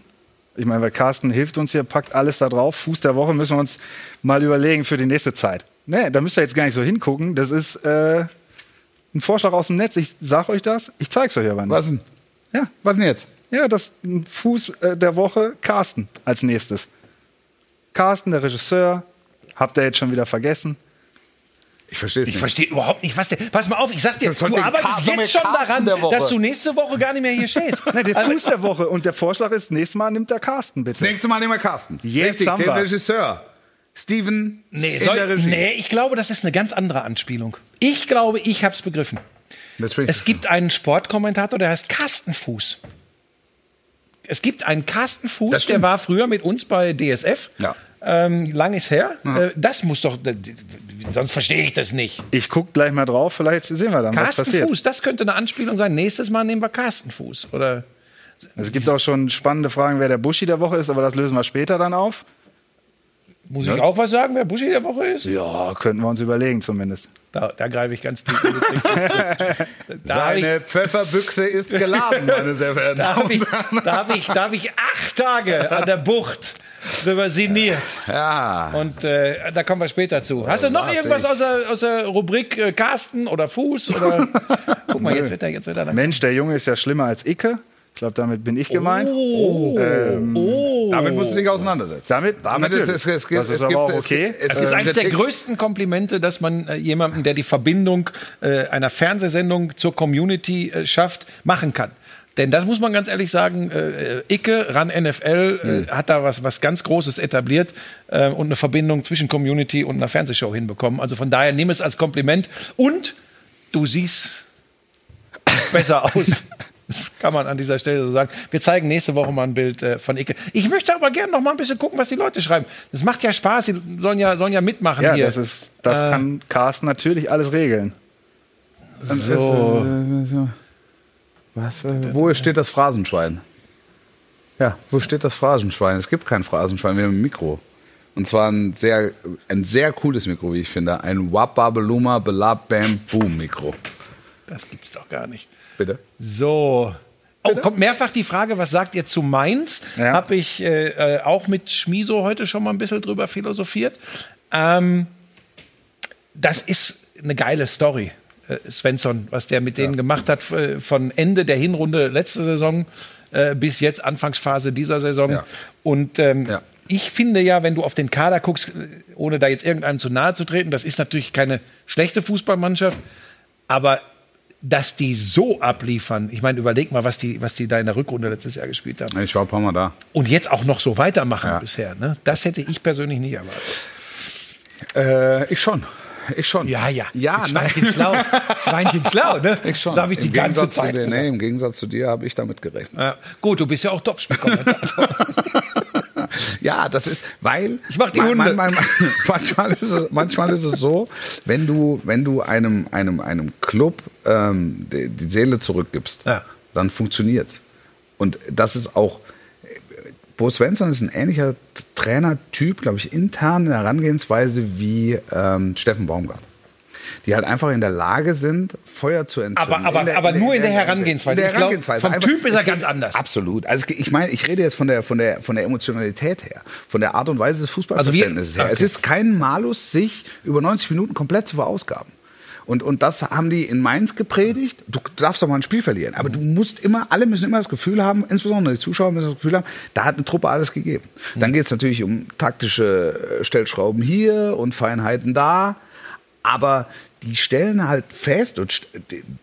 Ich meine, weil Carsten hilft uns hier, packt alles da drauf. Fuß der Woche müssen wir uns mal überlegen für die nächste Zeit. Nee, da müsst ihr jetzt gar nicht so hingucken. Das ist äh, ein Vorschlag aus dem Netz. Ich sag euch das, ich zeig's euch aber nicht. Was denn? Ja, Was denn jetzt? ja, das ein Fuß äh, der Woche Carsten als nächstes. Carsten, der Regisseur, habt ihr jetzt schon wieder vergessen? Ich verstehe es Ich nicht. verstehe überhaupt nicht, was der. Pass mal auf, ich sag dir, Das soll du den arbeitest Carsten- soll jetzt den schon Carsten daran, der Woche. dass du nächste Woche gar nicht mehr hier stehst. Nein, der Also- Fuß der Woche und der Vorschlag ist, nächstes Mal nimmt der Carsten bitte. Nächstes Mal nehmen wir Carsten. Jetzt Richtig, haben den wir's. Regisseur. Steven Nee, in soll, der Regie. nee, ich glaube, das ist eine ganz andere Anspielung. Ich glaube, ich hab's begriffen. Das bin ich- Es gibt einen Sportkommentator, der heißt Carsten Fuß. Es gibt einen Carsten Das Fuß, stimmt. der war früher mit uns bei DSF. Ja. Ähm, lang ist her. Äh, das muss doch, sonst verstehe ich das nicht. Ich guck gleich mal drauf, vielleicht sehen wir dann, was Carsten passiert. Fuß, das könnte eine Anspielung sein. Nächstes Mal nehmen wir Carsten Fuß. Oder Es gibt auch schon spannende Fragen, wer der Buschi der Woche ist, aber das lösen wir später dann auf. muss ich auch was sagen, wer Buschi der Woche ist? Ja, könnten wir uns überlegen zumindest. Da, da greife ich ganz tief. in die Trinkflasche. Da hab ich- Seine Pfefferbüchse ist geladen, meine sehr verehrten Da habe Damen ich, und Herren. da hab ich, da hab ich acht Tage an der Bucht drüber sinniert. Ja. Und äh, da kommen wir später zu. Hast du noch saß irgendwas ich. aus der, aus der Rubrik äh, Carsten oder Fuß? Oder? Guck mal, jetzt wird er, jetzt wird er. Mensch, der Junge ist ja schlimmer als Icke. glaube, damit bin ich gemeint. Oh. Ähm, Damit musst du dich auseinandersetzen. Damit, Damit natürlich. ist es, es gibt, das ist es aber gibt, auch es okay. gibt- es Das ist äh, eines der Kritik- größten Komplimente, dass man äh, jemanden, der die Verbindung äh, einer Fernsehsendung zur Community äh, schafft, machen kann. Denn das muss man ganz ehrlich sagen, äh, Icke, RAN NFL, äh, hat da was, was ganz Großes etabliert äh, und eine Verbindung zwischen Community und einer Fernsehshow hinbekommen. Also von daher, nehme es als Kompliment und du siehst besser aus. Das kann man an dieser Stelle so sagen. Wir zeigen nächste Woche mal ein Bild äh, von Icke. Ich möchte aber gerne noch mal ein bisschen gucken, was die Leute schreiben. Das macht ja Spaß. Die sollen ja, sollen ja mitmachen Ja, hier. das, ist, das kann Carsten natürlich alles regeln. so. äh, Was, äh, wo steht das Phrasenschwein? Ja, wo steht das Phrasenschwein? Es gibt kein Phrasenschwein, wir haben ein Mikro. Und zwar ein sehr, ein sehr cooles Mikro, wie ich finde. Ein Wababaluma Belab Bam Boom Mikro. Das gibt's doch gar nicht. Bitte. So. Oh, kommt mehrfach die Frage, was sagt ihr zu Mainz? Ja. Habe ich äh, äh, auch mit Schmiso heute schon mal ein bisschen drüber philosophiert. Ähm, das ist eine geile Story, äh, Svensson, was der mit denen gemacht hat, äh, von Ende der Hinrunde letzte Saison äh, bis jetzt Anfangsphase dieser Saison. Ja. Und ähm, Ja. ich finde ja, wenn du auf den Kader guckst, äh, ohne da jetzt irgendeinem zu nahe zu treten, das ist natürlich keine schlechte Fußballmannschaft, aber dass die so abliefern, ich meine, überleg mal, was die, was die da in der Rückrunde letztes Jahr gespielt haben. Ich war ein paar Mal da. Und jetzt auch noch so weitermachen Ja. bisher, ne? Das hätte ich persönlich nicht erwartet. Äh, ich schon. Ich schon. Ja, nein. Schweinchen schlau. Schweinchen schlau, ne? Ich schon. Da habe ich die Im ganze Gegensatz zu Zeit. dir- gesagt. nee, Im Gegensatz zu dir habe ich damit gerechnet. Ja. Gut, du bist ja auch Topspielkommentator. ja, das ist, weil Ich mach die Hunde. manchmal, ist es, manchmal ist es so, wenn du, wenn du einem, einem, einem Club ähm, die, die Seele zurückgibst, Ja. dann funktioniert's. Und das ist auch. Bo Svensson ist ein ähnlicher Trainertyp, glaube ich, intern in der Herangehensweise wie ähm, Steffen Baumgart. Die halt einfach in der Lage sind, Feuer zu entzünden. Aber- aber- aber nur in der In Herangehensweise. der Ich glaub, Herangehensweise. vom Einfach- Typ ist er es geht- ganz anders. Absolut. Also es geht- ich meine, ich rede jetzt von der, von der, von der Emotionalität her, von der Art und Weise des Fußballverständnisses her. okay. Es ist kein Malus, sich über 90 Minuten komplett zu verausgaben. Und, und das haben die in Mainz gepredigt. Du darfst doch mal ein Spiel verlieren. Aber du musst immer, alle müssen immer das Gefühl haben, insbesondere die Zuschauer müssen das Gefühl haben, da hat eine Truppe alles gegeben. Dann geht es natürlich um taktische äh, Stellschrauben hier und Feinheiten da. Aber die stellen halt fest, und st-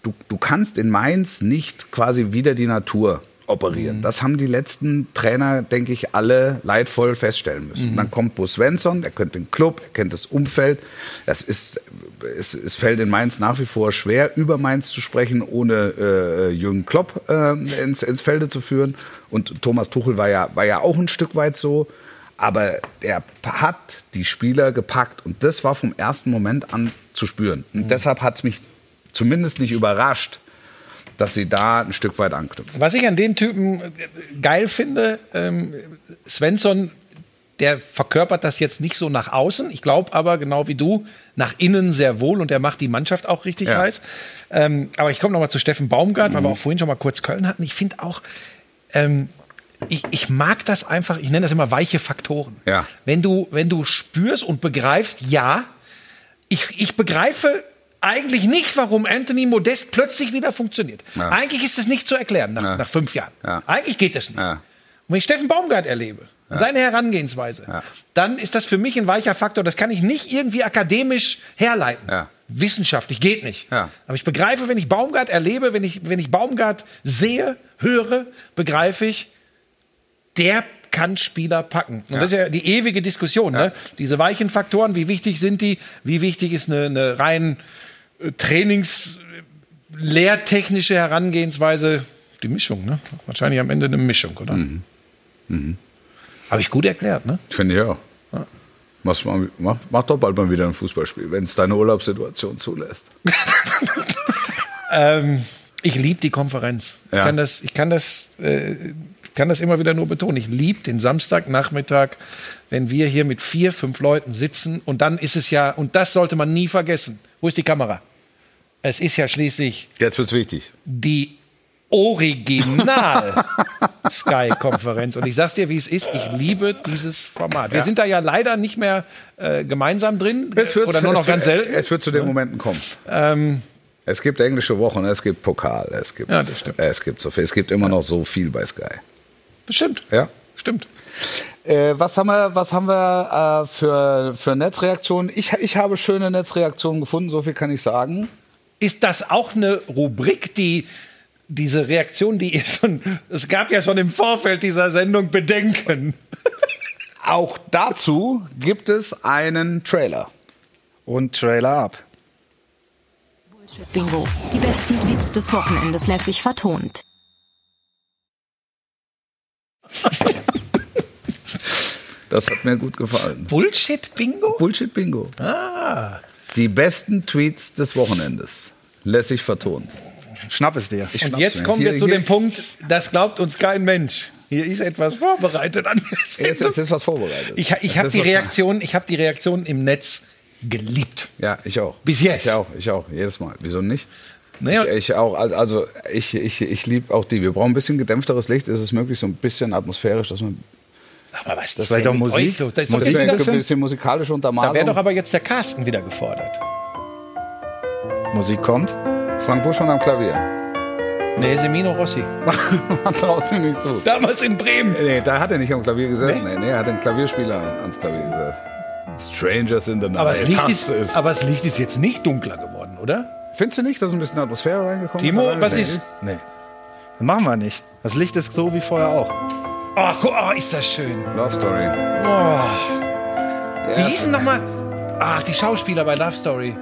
du, du kannst in Mainz nicht quasi wieder die Natur operieren. Das haben die letzten Trainer, denke ich, alle leidvoll feststellen müssen. Und dann kommt Bo Svensson, der kennt den Club, er kennt das Umfeld. Das ist, es, es fällt in Mainz nach wie vor schwer, über Mainz zu sprechen, ohne äh, Jürgen Klopp äh, ins, ins Felde zu führen. Und Thomas Tuchel war ja, war ja auch ein Stück weit so. Aber er hat die Spieler gepackt und das war vom ersten Moment an zu spüren. Und deshalb hat es mich zumindest nicht überrascht, dass sie da ein Stück weit anknüpfen. Was ich an dem Typen äh, geil finde, ähm, Svensson, der verkörpert das jetzt nicht so nach außen. Ich glaube aber, genau wie du, nach innen sehr wohl und er macht die Mannschaft auch richtig Ja. Mhm. heiß. Ähm, aber ich komme nochmal zu Steffen Baumgart, weil wir auch vorhin schon mal kurz Köln hatten. Ich finde auch, ähm, ich, ich mag das einfach, ich nenne das immer weiche Faktoren. Ja. Wenn, du, wenn du spürst und begreifst, ja, ich, ich begreife eigentlich nicht, warum Anthony Modest plötzlich wieder funktioniert. Ja. Eigentlich ist es nicht zu erklären nach, Ja. nach fünf Jahren. Ja. Eigentlich geht das nicht. Ja. Und wenn ich Steffen Baumgart erlebe, und seine Herangehensweise, Ja. dann ist das für mich ein weicher Faktor. Das kann ich nicht irgendwie akademisch herleiten. Ja. Wissenschaftlich geht nicht. Ja. Aber ich begreife, wenn ich Baumgart erlebe, wenn ich, wenn ich Baumgart sehe, höre, begreife ich, der kann Spieler packen. Und das ist ja die ewige Diskussion. Ne? Diese weichen Faktoren, wie wichtig sind die? Wie wichtig ist eine, eine rein äh, Trainings- lehrtechnische Herangehensweise die Mischung, ne? Wahrscheinlich am Ende eine Mischung, oder? Habe ich gut erklärt, ne? Finde ich auch. Mach, mal, mach, mach doch bald mal wieder ein Fußballspiel, wenn es deine Urlaubssituation zulässt. Ähm, ich liebe die Konferenz. Ich Ja. kann das, ich kann das, äh, ich kann das immer wieder nur betonen. Ich liebe den Samstagnachmittag, wenn wir hier mit vier, fünf Leuten sitzen und dann ist es ja, und das sollte man nie vergessen. Wo ist die Kamera? Es ist ja schließlich Jetzt wird's wichtig. die Original Sky Konferenz. Und ich sag's dir, wie es ist. Ich liebe dieses Format. Wir sind da ja leider nicht mehr äh, gemeinsam drin Es wird, oder nur noch es wird, äh, ganz selten. Es wird zu den Momenten kommen. Ähm, Es gibt englische Wochen, es gibt Pokal, es gibt, Ja, das stimmt. es gibt so viel. Es gibt immer noch so viel bei Sky. Bestimmt. Ja. Stimmt. Äh, was haben wir, was haben wir äh, für, für Netzreaktionen? Ich, ich habe schöne Netzreaktionen gefunden, so viel kann ich sagen. Ist das auch eine Rubrik, die diese Reaktion, die ihr schon, es gab ja schon im Vorfeld dieser Sendung Bedenken. Auch dazu gibt es einen Trailer. Und Trailer ab. Bingo. Die besten Tweets des Wochenendes lässig vertont. Das hat mir gut gefallen. Bullshit-Bingo? Bullshit Bingo. Ah. Die besten Tweets des Wochenendes. Lässig vertont. Schnapp es dir. Und schnapp's jetzt mir. kommen Hier- wir zu hier- dem Punkt, das glaubt uns kein Mensch. Hier ist etwas vorbereitet an der Es, Sendung. es ist was vorbereitet. Ich, ich Es habe ist die was- Reaktion, ich habe die Reaktion im Netz geliebt. Ja, ich auch. Bis jetzt. Ich auch, ich auch. Jedes Mal. Wieso nicht? Naja. Ich, ich auch. Al- Also ich, ich, ich liebe auch die. Wir brauchen ein bisschen gedämpfteres Licht. Ist es möglich, so ein bisschen atmosphärisch, dass man Aber was Vielleicht auch Musik? Das ist doch Musik, jetzt ein wieder, bisschen musikalische da Untermalung. wäre doch aber jetzt der Carsten wieder gefordert. Musik kommt. Frank Buschmann am Klavier. Nee, Semino Rossi. War draußen nicht so. Damals in Bremen. Nee, da hat er nicht am Klavier gesessen. Nee, nee er hat den Klavierspieler an- ans Klavier gesetzt. Strangers in the Night. Aber, das Licht ist, Das ist- aber das Licht ist jetzt nicht dunkler geworden, oder? Findest du nicht, dass ein bisschen Atmosphäre reingekommen ist? Timo, Alleine? was Nee. ist? Nee. Das machen wir nicht. Das Licht ist so wie vorher auch. Ach, guck, oh, ist das schön. Love Story. Oh. Wie hießen nochmal? Ach, die Schauspieler bei Love Story.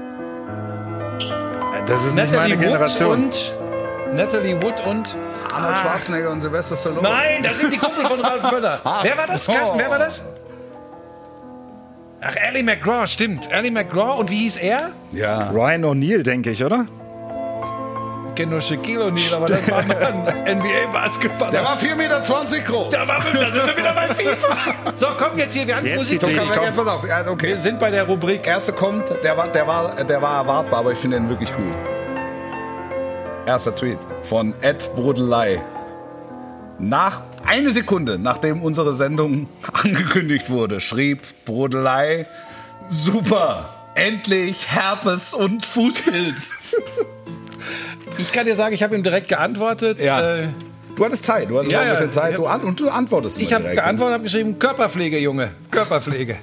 Das ist Natalie Wood und. Natalie Wood und. Arnold Schwarzenegger und Sylvester Stallone. Nein, das sind die Kumpel von Ralf Möller. Ah. Wer war Oh. das, Carsten? Wer war das? Ach, Ally McGraw, stimmt. Ally McGraw und wie hieß er? Ja. Ryan O'Neill, denke ich, oder? Ich kenne nur Shaquille O'Neal, aber das war noch ein NBA-Basketballer. Der war 4,20 Meter groß. Da, war, da sind wir wieder bei FIFA. So, komm jetzt hier, wir haben Jetzt Musik. die Kann Tweets. man jetzt, pass auf. Ja, Wir okay. sind bei der Rubrik. Erste kommt, der war, der war, der war erwartbar, aber ich finde ihn wirklich gut. Erster Tweet von Ed Brudelei. Nach eine Sekunde, nachdem unsere Sendung angekündigt wurde, schrieb Brudelei: Super, endlich Herpes und Foothills. Ich kann dir sagen, ich habe ihm direkt geantwortet. Ja. Äh, Du hattest Zeit, du hattest Ja, auch ein bisschen ja, Zeit ich du an, und du antwortest. ich immer habe direkt. geantwortet, habe geschrieben, Körperpflege, Junge. Körperpflege.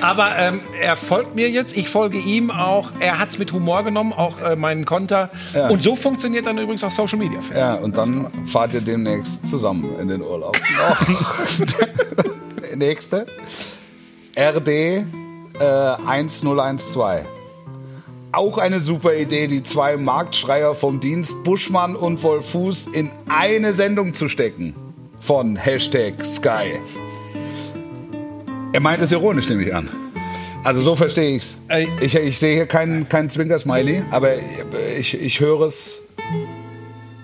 Aber ähm, er folgt mir jetzt, ich folge ihm auch. Er hat es mit Humor genommen, auch äh, meinen Konter. Und so funktioniert dann übrigens auch Social Media. Ja, und dann fahrt ihr demnächst zusammen in den Urlaub. Nächste. RD äh, 1012. Auch eine super Idee, die zwei Marktschreier vom Dienst Buschmann und Wolfuß in eine Sendung zu stecken. Von Hashtag Sky. Er meint es ironisch, nehme ich an. Also so verstehe ich's. Ey. Ich, ich sehe hier keinen kein Zwinker-Smiley, aber ich, ich höre es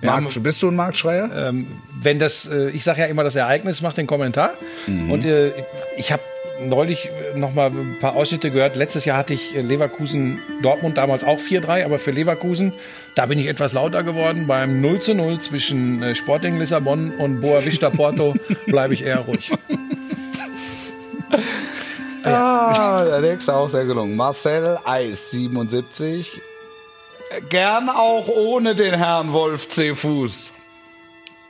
Markt, bist du ein Marktschreier? wenn das, äh, ich sage ja immer, das Ereignis macht den Kommentar. Und äh, ich habe neulich äh, noch mal ein paar Ausschnitte gehört. Letztes Jahr hatte ich äh, Leverkusen Dortmund damals auch 4-3, aber für Leverkusen, da bin ich etwas lauter geworden. Beim 0 zu 0 zwischen äh, Sporting Lissabon und Boa Vista Porto bleibe ich eher ruhig. Äh, Ah, der nächste auch sehr gelungen. Marcel Eis, 77. Gern auch ohne den Herrn Wolf C. Fuß.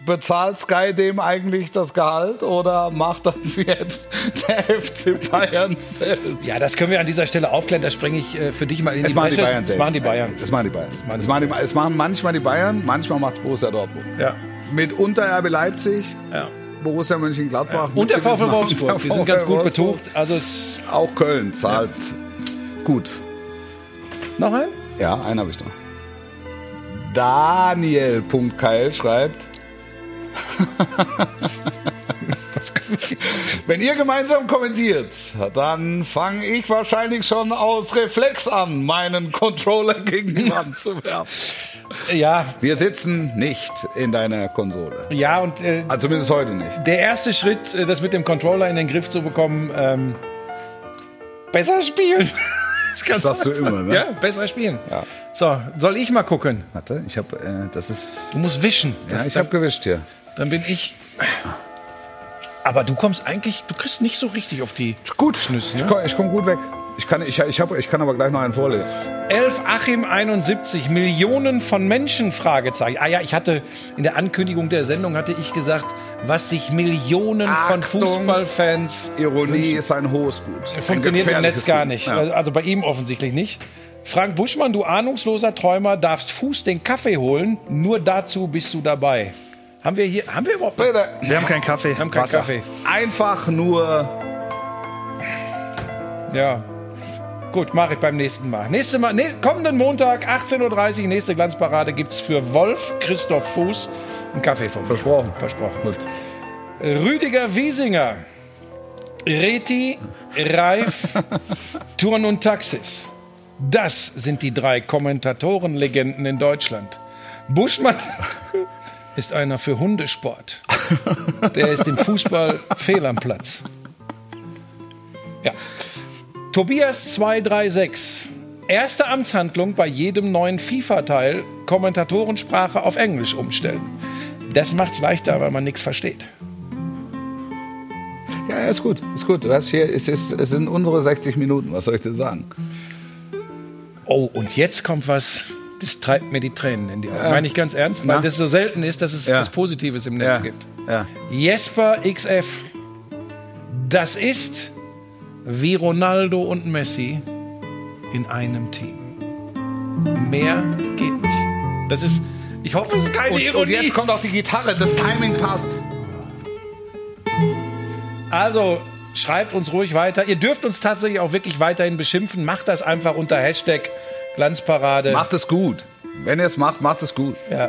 Bezahlt Sky dem eigentlich das Gehalt oder macht das jetzt der FC Bayern selbst? Ja, das können wir an dieser Stelle aufklären. Da springe ich äh, für dich mal in Das die machen die Bresche. Bayern Das selbst. machen die Bayern. Das machen die Bayern. Das machen, die Bayern. Es machen manchmal die Bayern, manchmal macht es Borussia Dortmund. Ja, Mitunter RB Leipzig, ja. Borussia Mönchengladbach. Und der mit gewissen VfL Ausnahmen. Wolfsburg. Der Die sind ganz VfL gut Wolfsburg. betucht. Also es, Auch Köln zahlt gut. noch ein? Ja, einen habe ich noch. Daniel.keil schreibt. Wenn ihr gemeinsam kommentiert, dann fange ich wahrscheinlich schon aus Reflex an, meinen Controller gegen die Wand zu werfen. Ja, Wir sitzen nicht in deiner Konsole. ja und äh, Also zumindest heute nicht. der erste Schritt, äh, das mit dem Controller in den Griff zu bekommen, ähm, besser spielen. Das kannst sagst du einfach. immer, ne? Ja, besser spielen. Ja. So, soll ich mal gucken? Warte, ich habe, äh, das ist. Du musst wischen. Ja, Das- ich habe gewischt hier. dann, dann bin ich. Aber du kommst eigentlich, du kriegst nicht so richtig auf die Gut, Schnüsse, ich ne? komme komm gut weg. Ich kann, ich, ich, hab, ich kann aber gleich noch einen vorlesen. 11 Achim 71 Millionen von Menschen Fragezeichen. Ah ja, ich hatte in der Ankündigung der Sendung hatte ich gesagt, was sich Millionen von Achtung. Fußballfans Ironie ist ein hohes Gut. funktioniert Ein im gefährliches Netz gar Gut. nicht. Ja. Also bei ihm offensichtlich nicht. Frank Buschmann, du ahnungsloser Träumer, darfst Fuß den Kaffee holen. Nur dazu bist du dabei. Haben wir hier, haben wir überhaupt wir Bitte, Wir haben keinen Kaffee. Wir haben keinen Kaffee? Einfach nur. Ja. Gut, mache ich beim nächsten Mal. Nächste Mal nee, kommenden Montag, 18.30 Uhr, nächste Glanzparade gibt's für Wolf Christoph Fuß einen Kaffee von mir. Versprochen. Versprochen. Hilft. Rüdiger Wiesinger, Reti, Reif, Turn und Taxis. Das sind die drei Kommentatorenlegenden in Deutschland. Buschmann ist einer für Hundesport. Der ist im Fußball fehl am Platz. Ja. Tobias 236. Erste Amtshandlung bei jedem neuen FIFA-Teil: Kommentatorensprache auf Englisch umstellen. Das macht's leichter, weil man nichts versteht. Ja, ja, ist gut. Ist gut. Du hast hier, es, ist, es sind unsere 60 Minuten. Was soll ich dir sagen? Oh, und jetzt kommt was, das treibt mir die Tränen in die Augen. Meine ich ganz ernst, weil Na? das so selten ist, dass es Ja. was Positives im Netz Ja. gibt. Ja. Jesper XF, das ist wie Ronaldo und Messi in einem Team. Mehr geht nicht. Das ist, ich hoffe, es ist keine Und, und Ironie. jetzt kommt auch die Gitarre. Das Timing passt. Also schreibt uns ruhig weiter. Ihr dürft uns tatsächlich auch wirklich weiterhin beschimpfen. Macht das einfach unter Hashtag Glanzparade. Macht es gut. Wenn ihr es macht, macht es gut. Ja.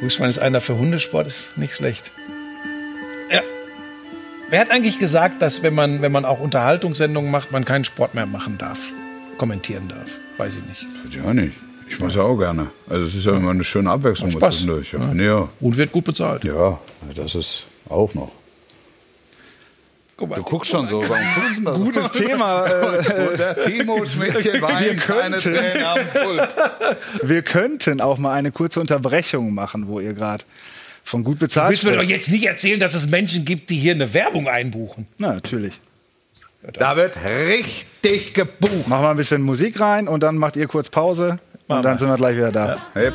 Buschmann ist einer für Hundesport, ist nicht schlecht. Ja. Wer hat eigentlich gesagt, dass wenn man, wenn man auch Unterhaltungssendungen macht, man keinen Sport mehr machen darf? Kommentieren darf? Weiß ich nicht. Ja, nicht. Ich mache es ja auch gerne. Also es ist ja immer eine schöne Abwechslung Macht Spaß. zwischendurch. Ja, finde ich ja. Und wird gut bezahlt. Ja, das ist auch noch. Guck mal. Du guckst schon so. Warum guckst du Gut. Gutes Thema. Der Timos Mädchen weint, keine Tränen am Pult. Wir könnten auch mal eine kurze Unterbrechung machen, wo ihr gerade von gut bezahlt Willst du mir doch wird. jetzt nicht erzählen, dass es Menschen gibt, die hier eine Werbung einbuchen? Na, natürlich. Da wird richtig gebucht. Machen wir ein bisschen Musik rein und dann macht ihr kurz Pause und dann sind wir gleich wieder da. Hey,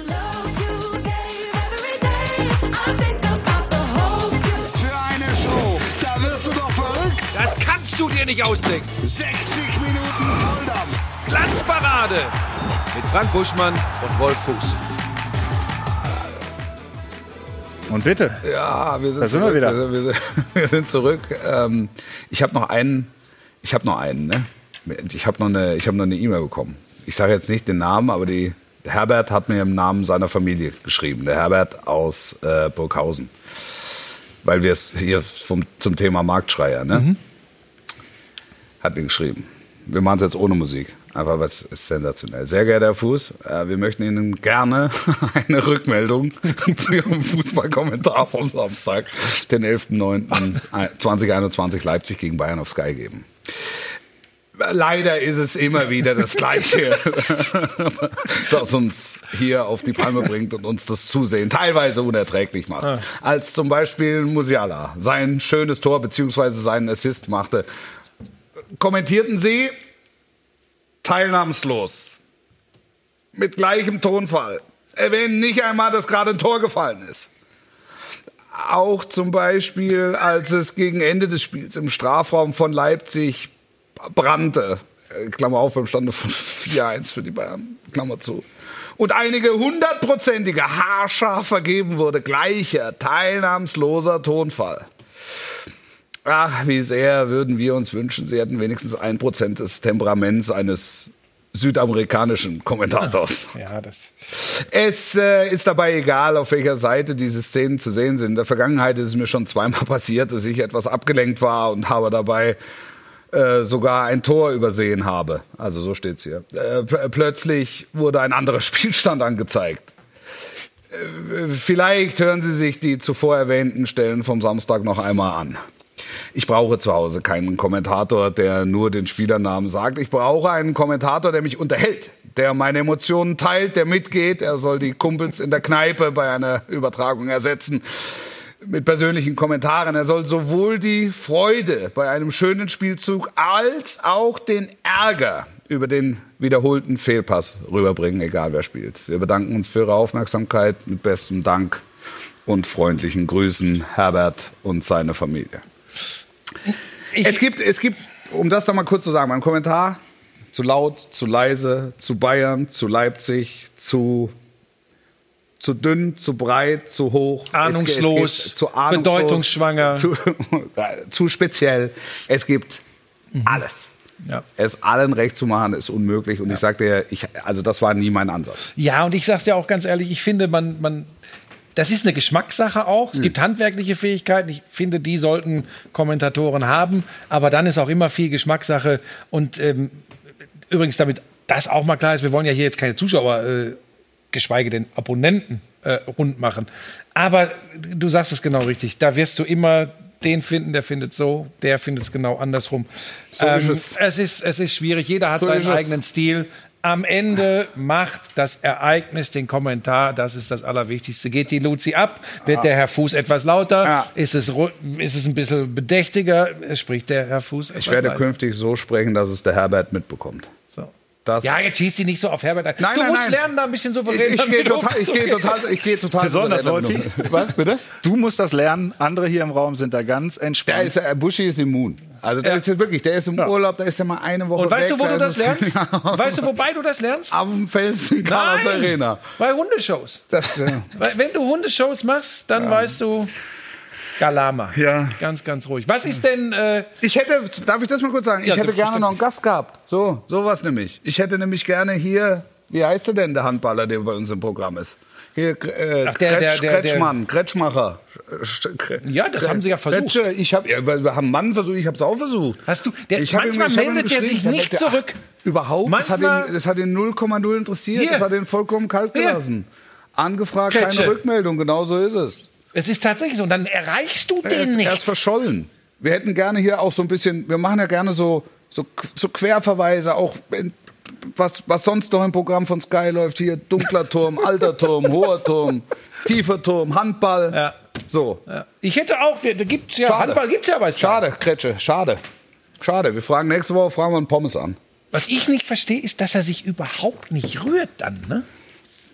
Was für eine Show. Da wirst du doch verrückt. Das kannst du dir nicht ausdenken. 60 Minuten Volldampf. Glanzparade mit Frank Buschmann und Wolf Fuß. Und bitte. Ja, wir sind, Da sind wir zurück. wieder. sind, wir, sind, wir sind zurück. Ähm, ich habe noch einen. Ich habe noch einen. Ne? Ich habe noch eine. Ich habe noch eine E-Mail bekommen. Ich sage jetzt nicht den Namen, aber die der Herbert hat mir im Namen seiner Familie geschrieben. Der Herbert aus äh, Burghausen, weil wir es hier vom, zum Thema Marktschreier. Ne? Mhm. hat mir geschrieben. Wir machen es jetzt ohne Musik. Einfach was ist sensationell. Sehr geehrter Herr Fuß, äh, wir möchten Ihnen gerne eine Rückmeldung zu Ihrem Fußballkommentar vom Samstag, den 11.09.2021 Leipzig gegen Bayern auf Sky geben. Leider ist es immer wieder das Gleiche, das uns hier auf die Palme bringt und uns das Zusehen teilweise unerträglich macht. Als zum Beispiel Musiala sein schönes Tor bzw. seinen Assist machte, kommentierten sie teilnahmslos. Mit gleichem Tonfall. Erwähnen nicht einmal, dass gerade ein Tor gefallen ist. Auch zum Beispiel, als es gegen Ende des Spiels im Strafraum von Leipzig brannte. Äh, Klammer auf, beim Stande von 4-1 für die Bayern. Klammer zu. Und einige hundertprozentige, haarscharf vergeben wurde. Gleicher, teilnahmsloser Tonfall. Ach, wie sehr würden wir uns wünschen, sie hätten wenigstens ein Prozent des Temperaments eines südamerikanischen Kommentators. Ja, das. Es äh, ist dabei egal, auf welcher Seite diese Szenen zu sehen sind. In der Vergangenheit ist es mir schon zweimal passiert, dass ich etwas abgelenkt war und habe dabei äh, sogar ein Tor übersehen habe. Also so steht's hier. Äh, pl plötzlich wurde ein anderer Spielstand angezeigt. Äh, vielleicht hören Sie sich die zuvor erwähnten Stellen vom Samstag noch einmal an. Ich brauche zu Hause keinen Kommentator, der nur den Spielernamen sagt. Ich brauche einen Kommentator, der mich unterhält, der meine Emotionen teilt, der mitgeht. Er soll die Kumpels in der Kneipe bei einer Übertragung ersetzen. mit persönlichen Kommentaren. Er soll sowohl die Freude bei einem schönen Spielzug als auch den Ärger über den wiederholten Fehlpass rüberbringen, egal wer spielt. Wir bedanken uns für Ihre Aufmerksamkeit. Mit bestem Dank und freundlichen Grüßen Herbert und seine Familie. es gibt, es gibt, um das noch mal kurz zu sagen, mein Kommentar zu laut, zu leise, zu Bayern, zu Leipzig, zu zu dünn, zu breit, zu hoch, Es geht- Ahnungslos, es geht zu ahnungslos, bedeutungsschwanger. zu, zu speziell. Es gibt alles. Ja. Es allen recht zu machen ist unmöglich. Und ich sagte ja, ich, also das war nie mein Ansatz. Ja, und ich sag's dir auch ganz ehrlich, ich finde, man, man, das ist eine Geschmackssache auch. Es gibt handwerkliche Fähigkeiten. Ich finde, die sollten Kommentatoren haben. Aber dann ist auch immer viel Geschmackssache. Und ähm, übrigens, damit das auch mal klar ist, wir wollen ja hier jetzt keine Zuschauer, äh, geschweige denn Abonnenten äh, rund machen. Aber du sagst es genau richtig. Da wirst du immer den finden, der findet so, der findet es genau andersrum. ähm, es. ist, es ist schwierig. Jeder hat seinen ist es. eigenen Stil. Am Ende macht das Ereignis den Kommentar. Das ist das Allerwichtigste. Geht die Luzi ab? Wird der Herr Fuß etwas lauter? Ja. Ist, es, ru- ist es ein bisschen bedächtiger? Spricht der Herr Fuß etwas Ich werde leiser? künftig so sprechen, dass es der Herbert mitbekommt. So. Das Ja, jetzt schießt sie nicht so auf Herbert ein. Nein, du nein, musst nein. lernen, da ein bisschen ich, souverän ich gehe damit total, ich gehe umzugehen. total, ich gehe total. Besonders, souverän Wolfi. damit um. Was bitte? Du musst das lernen. Andere hier im Raum sind da ganz Der entspannt. ist, äh, Buschi ist immun. Also der Mhm. Ja. ist jetzt wirklich, der ist im Urlaub, der ist ja mal eine Woche Und weißt weg, du, wo da du ist das es- lernst? Weißt du, wobei du das lernst? Auf dem Felsen Carlos Arena. Bei Hundeshows. Das, äh, Weil Wenn du Hundeshows machst, dann weißt du Galama. Ja. Ganz, ganz ruhig. Was ist denn äh, ich hätte, darf ich das mal kurz sagen? Ich Ja, hätte gerne noch einen Gast gehabt. So, sowas nämlich. Ich hätte nämlich gerne hier, wie heißt der denn, der Handballer, der bei uns im Programm ist? Hier, äh, Ach, der- Kretsch, der- der- Kretschmann, Kretschmacher. Sch- Kre- Ja, das haben sie ja versucht. Kretsche, ich hab, ja, wir wir haben einen Mann versucht, ich habe es auch versucht. Hast du- der- Ich hab ihm- manchmal ich hab ihm meldet der geschrieben, sich da nicht sagt er, zurück. ach, Überhaupt, das Manchmal- hat ihn, das hat ihn 0,0 interessiert, Hier. das hat ihn vollkommen kalt Hier. gelassen. Angefragt, Kretsche. keine Rückmeldung, genau so ist es. Es ist tatsächlich so. Und dann erreichst du Er den ist, nicht. er ist verschollen. Wir hätten gerne hier auch so ein bisschen, wir machen ja gerne so, so, so Querverweise, auch in, was, was sonst noch im Programm von Sky läuft. Hier dunkler Turm, alter Turm, hoher Turm, tiefer Turm, Handball. Ja. So. Ja. Ich hätte auch, wir- da gibt's ja, Schade. Handball gibt es ja bei Sky. Schade, Kretsche, schade. Schade. Wir fragen nächste Woche, fragen wir einen Pommes an. Was ich nicht verstehe, ist, dass er sich überhaupt nicht rührt dann. Ne?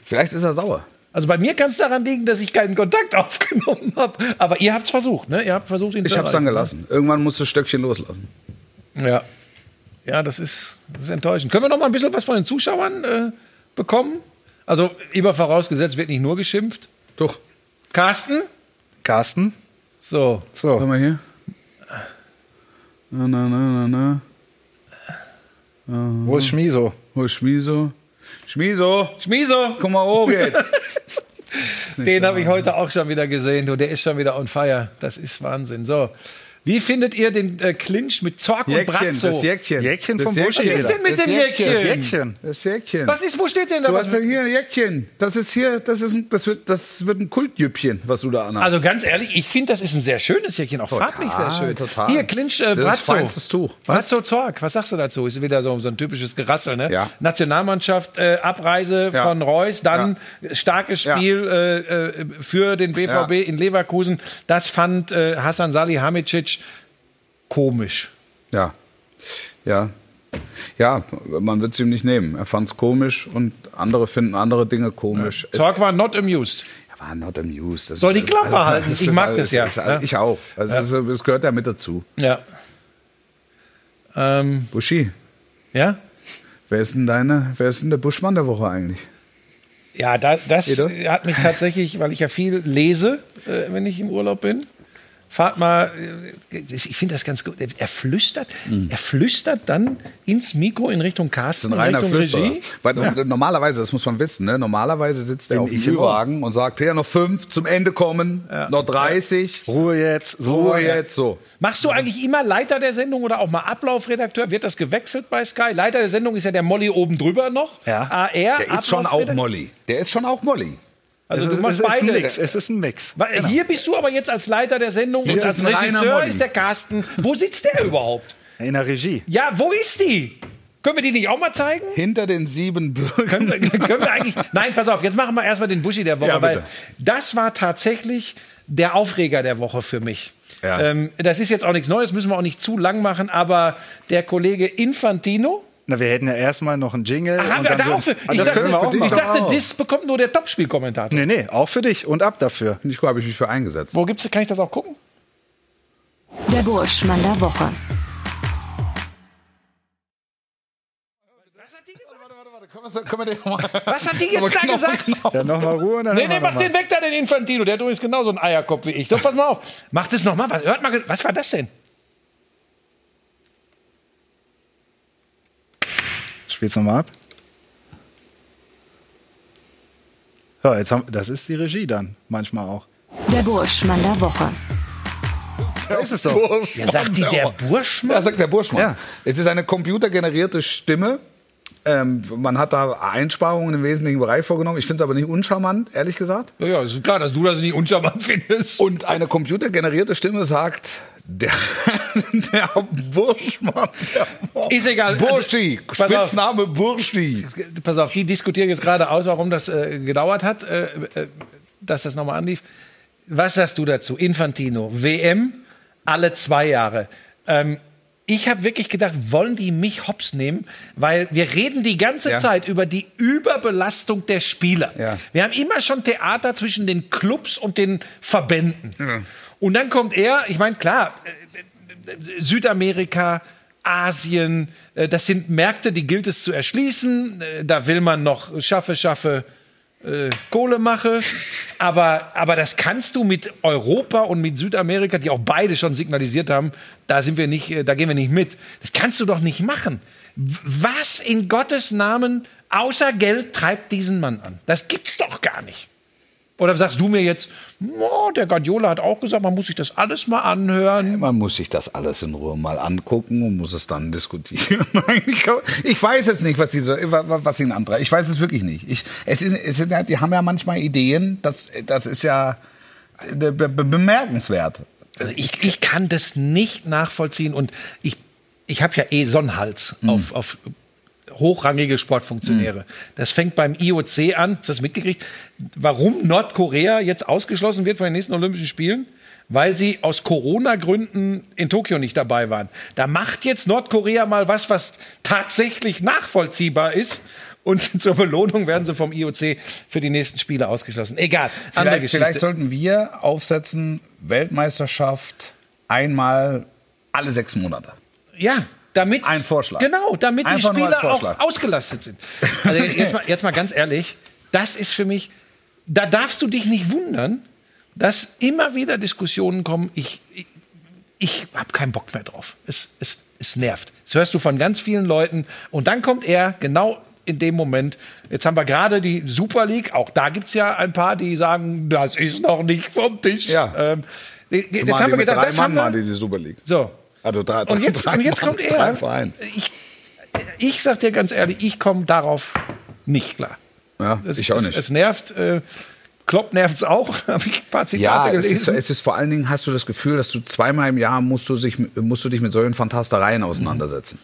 Vielleicht ist er sauer. Also bei mir kann es daran liegen, dass ich keinen Kontakt aufgenommen habe. Aber ihr habt es versucht, ne? Ihr habt versucht, ihn Ich hab's dann erreichen. gelassen. Irgendwann musst du das Stöckchen loslassen. Ja. Ja, das ist, das ist enttäuschend. Können wir noch mal ein bisschen was von den Zuschauern äh, bekommen? Also, immer vorausgesetzt, wird nicht nur geschimpft. Doch. Carsten? Carsten? So. So. Schau mal hier. Na, na, na, na, na. Wo ist Schmiso? Hol Schmiso. Schmiso! Schmiso, Guck mal hoch jetzt. den habe ich heute auch schon wieder gesehen. Du, der ist schon wieder on fire. Das ist Wahnsinn. So. Wie findet ihr den äh, Clinch mit Zorc und Brazzo? Jäckchen. Jäckchen Das vom Busch. Was ist denn mit dem Jäckchen? Jäckchen. Das Jäckchen. Was ist, wo steht denn da? Du Was? hast ja hier ein Jäckchen. Das ist hier, das ist ein, das wird, das wird ein Kultjüppchen, was du da anhast. Also ganz ehrlich, ich finde, das ist ein sehr schönes Jäckchen, auch farblich sehr schön. total. Hier, Clinch äh, Das ist Brazzo. feinstes Tuch. Brazzo Zorc, was sagst du dazu? Ist wieder so, so ein typisches Gerassel, ne? Ja. Nationalmannschaft, äh, Abreise Ja. von Reus, dann starkes Ja. Spiel äh, äh, für den BVB Ja. in Leverkusen. Das fand äh, Hassan Salihamidzic komisch. ja. Ja. Ja, man wird es ihm nicht nehmen. Er fand es komisch und andere finden andere Dinge komisch. Es- Zorc war not amused. Er war not amused. Das Soll die ist- Klappe halten. das Ich ist mag alles- das ja, ist ne? alles- Ich auch. Also es ist- Es gehört ja mit dazu. Ja. Ähm, Buschi, ja? wer ist denn deine, wer ist denn der Buschmann der Woche eigentlich? Ja, da, das Edo? hat mich tatsächlich, weil ich ja viel lese, äh, wenn ich im Urlaub bin. Fahrt mal, äh, ich finde das ganz gut. Er flüstert, er flüstert dann ins Mikro in Richtung Carsten, in Richtung Regie. Weil normalerweise, das muss man wissen, ne? normalerweise sitzt er auf dem ich im Raum. Kühlwagen und sagt, ja, noch fünf, zum Ende kommen, noch 30, Ruhe jetzt. So Ruhe jetzt, so. Machst du eigentlich immer Leiter der Sendung oder auch mal Ablaufredakteur? Wird das gewechselt bei Sky? Leiter der Sendung ist ja der Molly oben drüber noch. Ja. AR, Der ist schon auch Ablaufredakteur. Molly. Der ist schon auch Molly. Also du es, machst es Ist ein beide. Mix. Es ist ein Mix. Weil Hier bist du aber jetzt als Leiter der Sendung und Jetzt als ist ein reiner Regisseur Molly. ist der Carsten. Wo sitzt der überhaupt? In der Regie. Ja, wo ist die? Können wir die nicht auch mal zeigen? Hinter den sieben Können Bürgern. wir, können wir eigentlich. Nein, pass auf, jetzt machen wir erstmal den Buschi der Woche, Ja, bitte. weil das war tatsächlich der Aufreger der Woche für mich. Ja. Ähm, das ist jetzt auch nichts Neues, müssen wir auch nicht zu lang machen, aber der Kollege Infantino. Na, wir hätten ja erstmal noch einen Jingle. Ach, haben und wir dann da auch für, würden- Ah, ich das dachte, können wir auch ich machen. Oh. dachte, das bekommt nur der Topspielkommentator. Nee, nee, auch für dich und ab dafür. Ich glaube, habe ich mich für eingesetzt. Wo gibt's, kann ich das auch gucken? Der Burschmann der Woche. Was hat die jetzt genau. da gesagt? Dann nochmal Ruhe und dann Nee, nee, haben wir mach noch mal. den weg da, den Infantino. Der hat übrigens genauso einen Eierkopf wie ich. So, pass mal auf. Mach das nochmal. Was, hört mal, ge- was war das denn? Spiel's nochmal ab. Ja, jetzt haben, das ist die Regie dann manchmal auch. Der Burschmann der Woche. Da ist es doch. Ja, sagt die der Ja, Burschmann? sagt der Burschmann. Ja. Es ist eine computergenerierte Stimme. Ähm, man hat da Einsparungen im wesentlichen Bereich vorgenommen. Ich finde es aber nicht uncharmant, ehrlich gesagt. Ja, ja, ist klar, dass du das nicht uncharmant findest. Und eine computergenerierte Stimme sagt, der, der Burschmann. Der Ist egal. Burschi. Also, pass auf. Spitzname Burschi. Pass auf, die diskutieren jetzt gerade aus, warum das äh, gedauert hat, äh, äh, dass das nochmal anlief. Was sagst du dazu? Infantino, WM alle zwei Jahre. Ähm, ich habe wirklich gedacht, wollen die mich hops nehmen? Weil wir reden die ganze Ja. Zeit über die Überbelastung der Spieler. Ja. Wir haben immer schon Theater zwischen den Clubs und den Verbänden. Und dann kommt er, ich meine, klar, äh, Südamerika, Asien, äh, das sind Märkte, die gilt es zu erschließen. Äh, Da will man noch schaffe, schaffe, äh, Kohle mache. Aber, aber das kannst du mit Europa und mit Südamerika, die auch beide schon signalisiert haben, da sind wir nicht, äh, da gehen wir nicht mit. Das kannst du doch nicht machen. W- Was in Gottes Namen außer Geld treibt diesen Mann an? Das gibt's doch gar nicht. Oder sagst du mir jetzt, "No, der Guardiola hat auch gesagt, man muss sich das alles mal anhören. Man muss sich das alles in Ruhe mal angucken und muss es dann diskutieren. Ich glaub- ich weiß jetzt nicht, was sie so, wa- wa- was ihnen antreibt. Ich weiß es wirklich nicht. Ich, es ist, es sind, halt- die haben ja manchmal Ideen. Das, das ist ja be- be- bemerkenswert. Also ich, ich kann das nicht nachvollziehen und ich, ich habe ja eh Sonnenhals Mhm. auf, auf hochrangige Sportfunktionäre. Mhm. Das fängt beim IOC an, hast du das mitgekriegt, warum Nordkorea jetzt ausgeschlossen wird von den nächsten Olympischen Spielen? Weil sie aus Corona-Gründen in Tokio nicht dabei waren. Da macht jetzt Nordkorea mal was, was tatsächlich nachvollziehbar ist. Und zur Belohnung werden sie vom IOC für die nächsten Spiele ausgeschlossen. Egal. andere Vielleicht, Geschichte. vielleicht sollten wir aufsetzen, Weltmeisterschaft einmal alle sechs Monate. Ja, damit. Ein Vorschlag. Genau, damit Einfach die nur als Spieler auch Vorschlag. ausgelastet sind. Also jetzt, jetzt, mal, jetzt mal ganz ehrlich, das ist für mich, da darfst du dich nicht wundern, dass immer wieder Diskussionen kommen. Ich, ich, ich habe keinen Bock mehr drauf. Es, es, es nervt. Das hörst du von ganz vielen Leuten. Und dann kommt er genau in dem Moment. Jetzt haben wir gerade die Super League. Auch da gibt es ja ein paar, die sagen, das ist noch nicht vom Tisch. Ja. Ähm, jetzt Mal haben wir mit gedacht, drei das Mann haben wir. mal, die sie Super League. So. Also da, Und jetzt, drei und jetzt Mann, kommt drei er. Vereine. Ich, ich sag dir ganz ehrlich, ich komme darauf nicht klar. Ja, Es, ich auch es, nicht. Es nervt. Äh, Klopp nervt es auch. Habe ich ein paar Zitate ja, es ist, gelesen. es ist vor allen Dingen, hast du das Gefühl, dass du zweimal im Jahr musst du, sich, musst du dich mit solchen Fantastereien auseinandersetzen.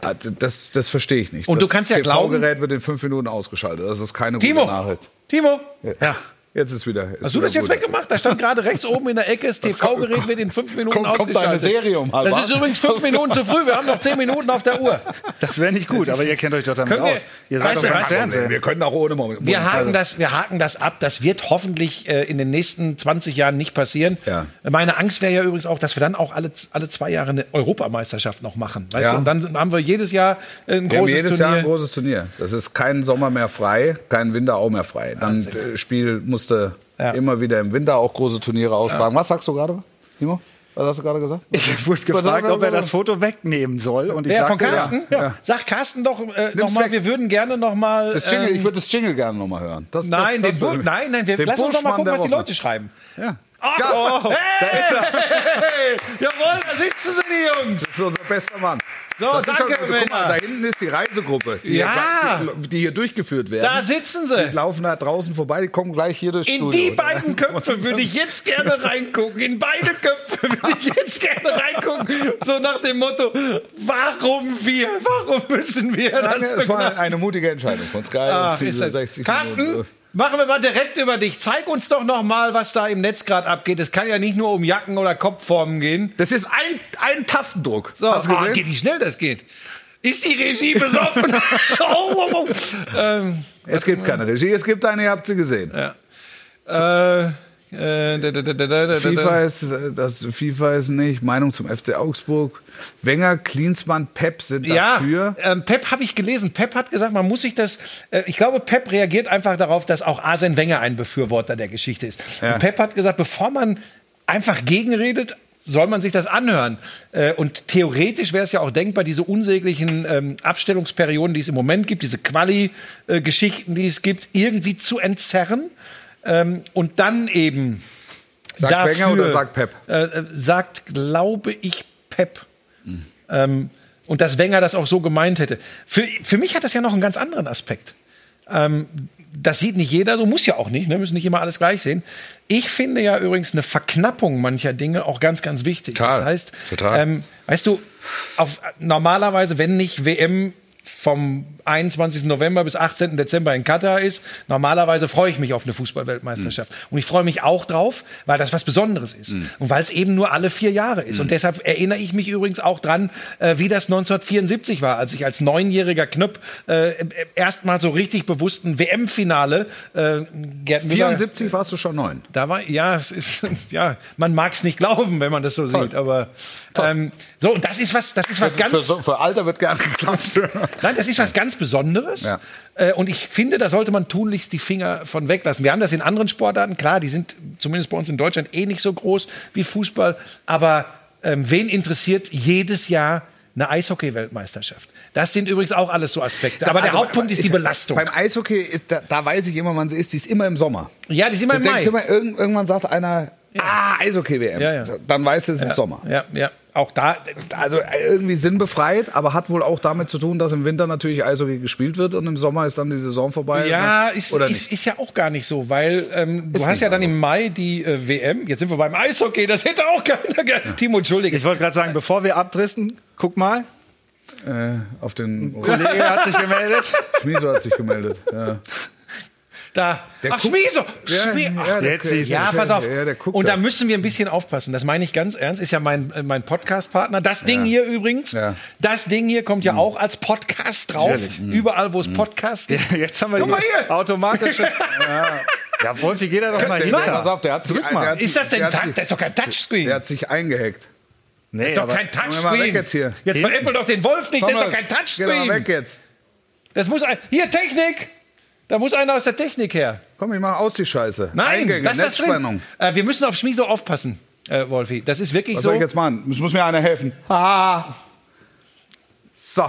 Ah, d- Das, das verstehe ich nicht. Und du das kannst ja glauben- TV-Gerät wird in fünf Minuten ausgeschaltet. Das ist keine Timo. gute Nachricht. Timo, Ja. Jetzt ist wieder. Ist hast du wieder das jetzt gut. weggemacht? Da stand gerade rechts oben in der Ecke, das TV-Gerät wird in fünf Minuten kommt- kommt ausgeschaltet. da eine Serie um halb das acht? ist übrigens fünf Minuten zu früh. Wir haben noch zehn Minuten auf der Uhr. Das wäre nicht gut, aber ihr kennt euch doch damit Können wir- aus. Ihr seid Weißt doch du, beim weißt du, Fernsehen. Wir können auch ohne Moment. Wir haken, das, wir haken das ab. Das wird hoffentlich äh, in den nächsten 20 Jahren nicht passieren. Ja. Meine Angst wäre ja übrigens auch, dass wir dann auch alle, alle zwei Jahre eine Europameisterschaft noch machen. Weißt Ja. du? Und dann haben wir jedes Jahr äh, ein Wir haben großes jedes Turnier. Jahr ein großes Turnier. Das ist kein Sommer mehr frei, kein Winter auch mehr frei. Dann äh, Spiel musste Ja. immer wieder im Winter auch große Turniere austragen. Was sagst du gerade, Timo? Was hast du gerade gesagt? Ich wurde gefragt, ob er das Foto wegnehmen soll. Und ich ja, von sagte, Carsten? Ja. Sag Carsten doch äh, nochmal, weg. wir würden gerne nochmal. Das Jingle, ich würde das Jingle gerne nochmal hören. Das, Ähm. Nein, das, den das Bur würde- nein, nein, wir, den lass uns doch mal Burschmann gucken, der was die Woche. Leute schreiben. Ja. Oh, Oh, hey, da ist er. Hey, jawohl, da sitzen sie, die Jungs. Das ist unser bester Mann. So, Das ist danke, schon- guck mal, Männer. Da hinten ist die Reisegruppe, die, Ja. hier, die, die hier durchgeführt werden. Da sitzen sie. Die laufen da draußen vorbei, die kommen gleich hier durchs In Studio. die beiden Köpfe würde ich jetzt gerne reingucken. In beide Köpfe würde ich jetzt gerne reingucken. So nach dem Motto, warum wir? Warum müssen wir das Danke, es war begnaden? eine mutige Entscheidung von Sky. Ah, und diese ist das- 60 Carsten, Minuten. Machen wir mal direkt über dich. Zeig uns doch noch mal, was da im Netz gerade abgeht. Es kann ja nicht nur um Jacken oder Kopfformen gehen. Das ist ein, ein Tastendruck. So, Hast du ah, gesehen? wie schnell das geht. Ist die Regie besoffen? oh, oh, oh. Ähm, es gibt keine Regie, es gibt eine, ihr habt sie gesehen. äh, äh, da, da, da, da, da, da, FIFA da. ist, äh, das FIFA ist nicht, Meinung zum FC Augsburg. Wenger, Klinsmann, Pep sind Ja, dafür. ähm, Pep habe ich gelesen. Pep hat gesagt, man muss sich das. Äh, ich glaube, Pep reagiert einfach darauf, dass auch Arsene Wenger ein Befürworter der Geschichte ist. Ja. Und Pep hat gesagt, bevor man einfach gegenredet, soll man sich das anhören. Äh, und theoretisch wäre es ja auch denkbar, diese unsäglichen ähm, Abstellungsperioden, die es im Moment gibt, diese Quali-Geschichten, die es gibt, irgendwie zu entzerren. Ähm, und dann eben. Sagt dafür, Wenger oder sagt Pep? Äh, äh, sagt, glaube ich, Pep. Ähm, und dass Wenger das auch so gemeint hätte. Für, für mich hat das ja noch einen ganz anderen Aspekt. Ähm, das sieht nicht jeder, so muss ja auch nicht, ne? müssen nicht immer alles gleich sehen. Ich finde ja übrigens eine Verknappung mancher Dinge auch ganz, ganz wichtig. Total. Das heißt, Total. Ähm, weißt du, auf, normalerweise, wenn nicht WM vom 21. November bis 18. Dezember in Katar ist, normalerweise freue ich mich auf eine Fußballweltmeisterschaft. Und ich freue mich auch drauf, weil das was Besonderes ist. Und weil es eben nur alle vier Jahre ist. Und deshalb erinnere ich mich übrigens auch dran, äh, wie das 1974 war, als ich als neunjähriger Knöpp äh, erstmal so richtig bewussten WM-Finale äh, Gerd Müller 74 warst du schon neun. da war, ja, es ist, ja, man mag es nicht glauben, wenn man das so sieht, aber ähm, so, und das ist was, das ist was ganz, Für, so- für Alter wird gern geklatscht. nein, das ist was ganz Besonderes. Ja. Äh, und ich finde, da sollte man tunlichst die Finger von weglassen. Wir haben das in anderen Sportarten, klar, die sind zumindest bei uns in Deutschland eh nicht so groß wie Fußball, aber ähm, wen interessiert jedes Jahr eine Eishockey-Weltmeisterschaft? Das sind übrigens auch alles so Aspekte. Aber der Also, Hauptpunkt ist die ich- Belastung. Beim Eishockey, ist, da, da weiß ich immer, wann sie ist. Die ist immer im Sommer. Ja, die sind immer im Du denkst Mai. immer, irgend, irgendwann sagt einer, ah, Eishockey-WM. Ja, ja. So, Dann weißt du, es ist Sommer. Ja, ja, auch da, Also äh, irgendwie sinnbefreit, aber hat wohl auch damit zu tun, dass im Winter natürlich Eishockey gespielt wird und im Sommer ist dann die Saison vorbei. Ja, oder, ist, Also, oder ist, nicht? ist ja auch gar nicht so, weil ähm, Ist du hast nicht also. ja dann so. im Mai die äh, WM. Jetzt sind wir beim Eishockey, das hätte auch keiner. ge- Timo, entschuldige. Ich wollte gerade sagen, bevor wir abdristen, guck mal, Äh, auf den der Kollege hat sich gemeldet. Schmieso hat sich gemeldet. Ja. Da. Der Ach, guckt- Schmieso! Ja, Schmie ja, Ach, der- jetzt siehst du. Ja, pass auf. Ja, der guckt und da das. müssen wir ein bisschen aufpassen. Das meine ich ganz ernst. Ist ja mein, äh, mein Podcast-Partner. Das Ding hier übrigens, Ja. Hm. das Ding hier kommt ja auch als Podcast drauf. Natürlich. Überall, wo es Podcasts gibt. Jetzt haben wir Guck mal hier. automatische. ja. ja, Wolfi, geh da doch mal Der- hin. pass auf, der hat sich, Drück mal. Der hat sich, Ist das denn der hat Touch? sich- Das ist doch kein Touchscreen. Der hat sich eingehackt. Nee, das ist doch aber- kein Komm mal Touchscreen. weg jetzt hier. jetzt veräppelt doch den Wolf nicht. Das ist doch Thomas, kein Geh mal Touchscreen. weg jetzt. Das muss ein, hier Technik. Da muss einer aus der Technik her. Komm, ich mach aus die Scheiße. Nein, Eingänge, das ist das Netzspannung. Ding. Äh, wir müssen auf Schmieso aufpassen, äh, Wolfi. Das ist wirklich Was so. soll ich jetzt machen? Es muss mir einer helfen. ah, So.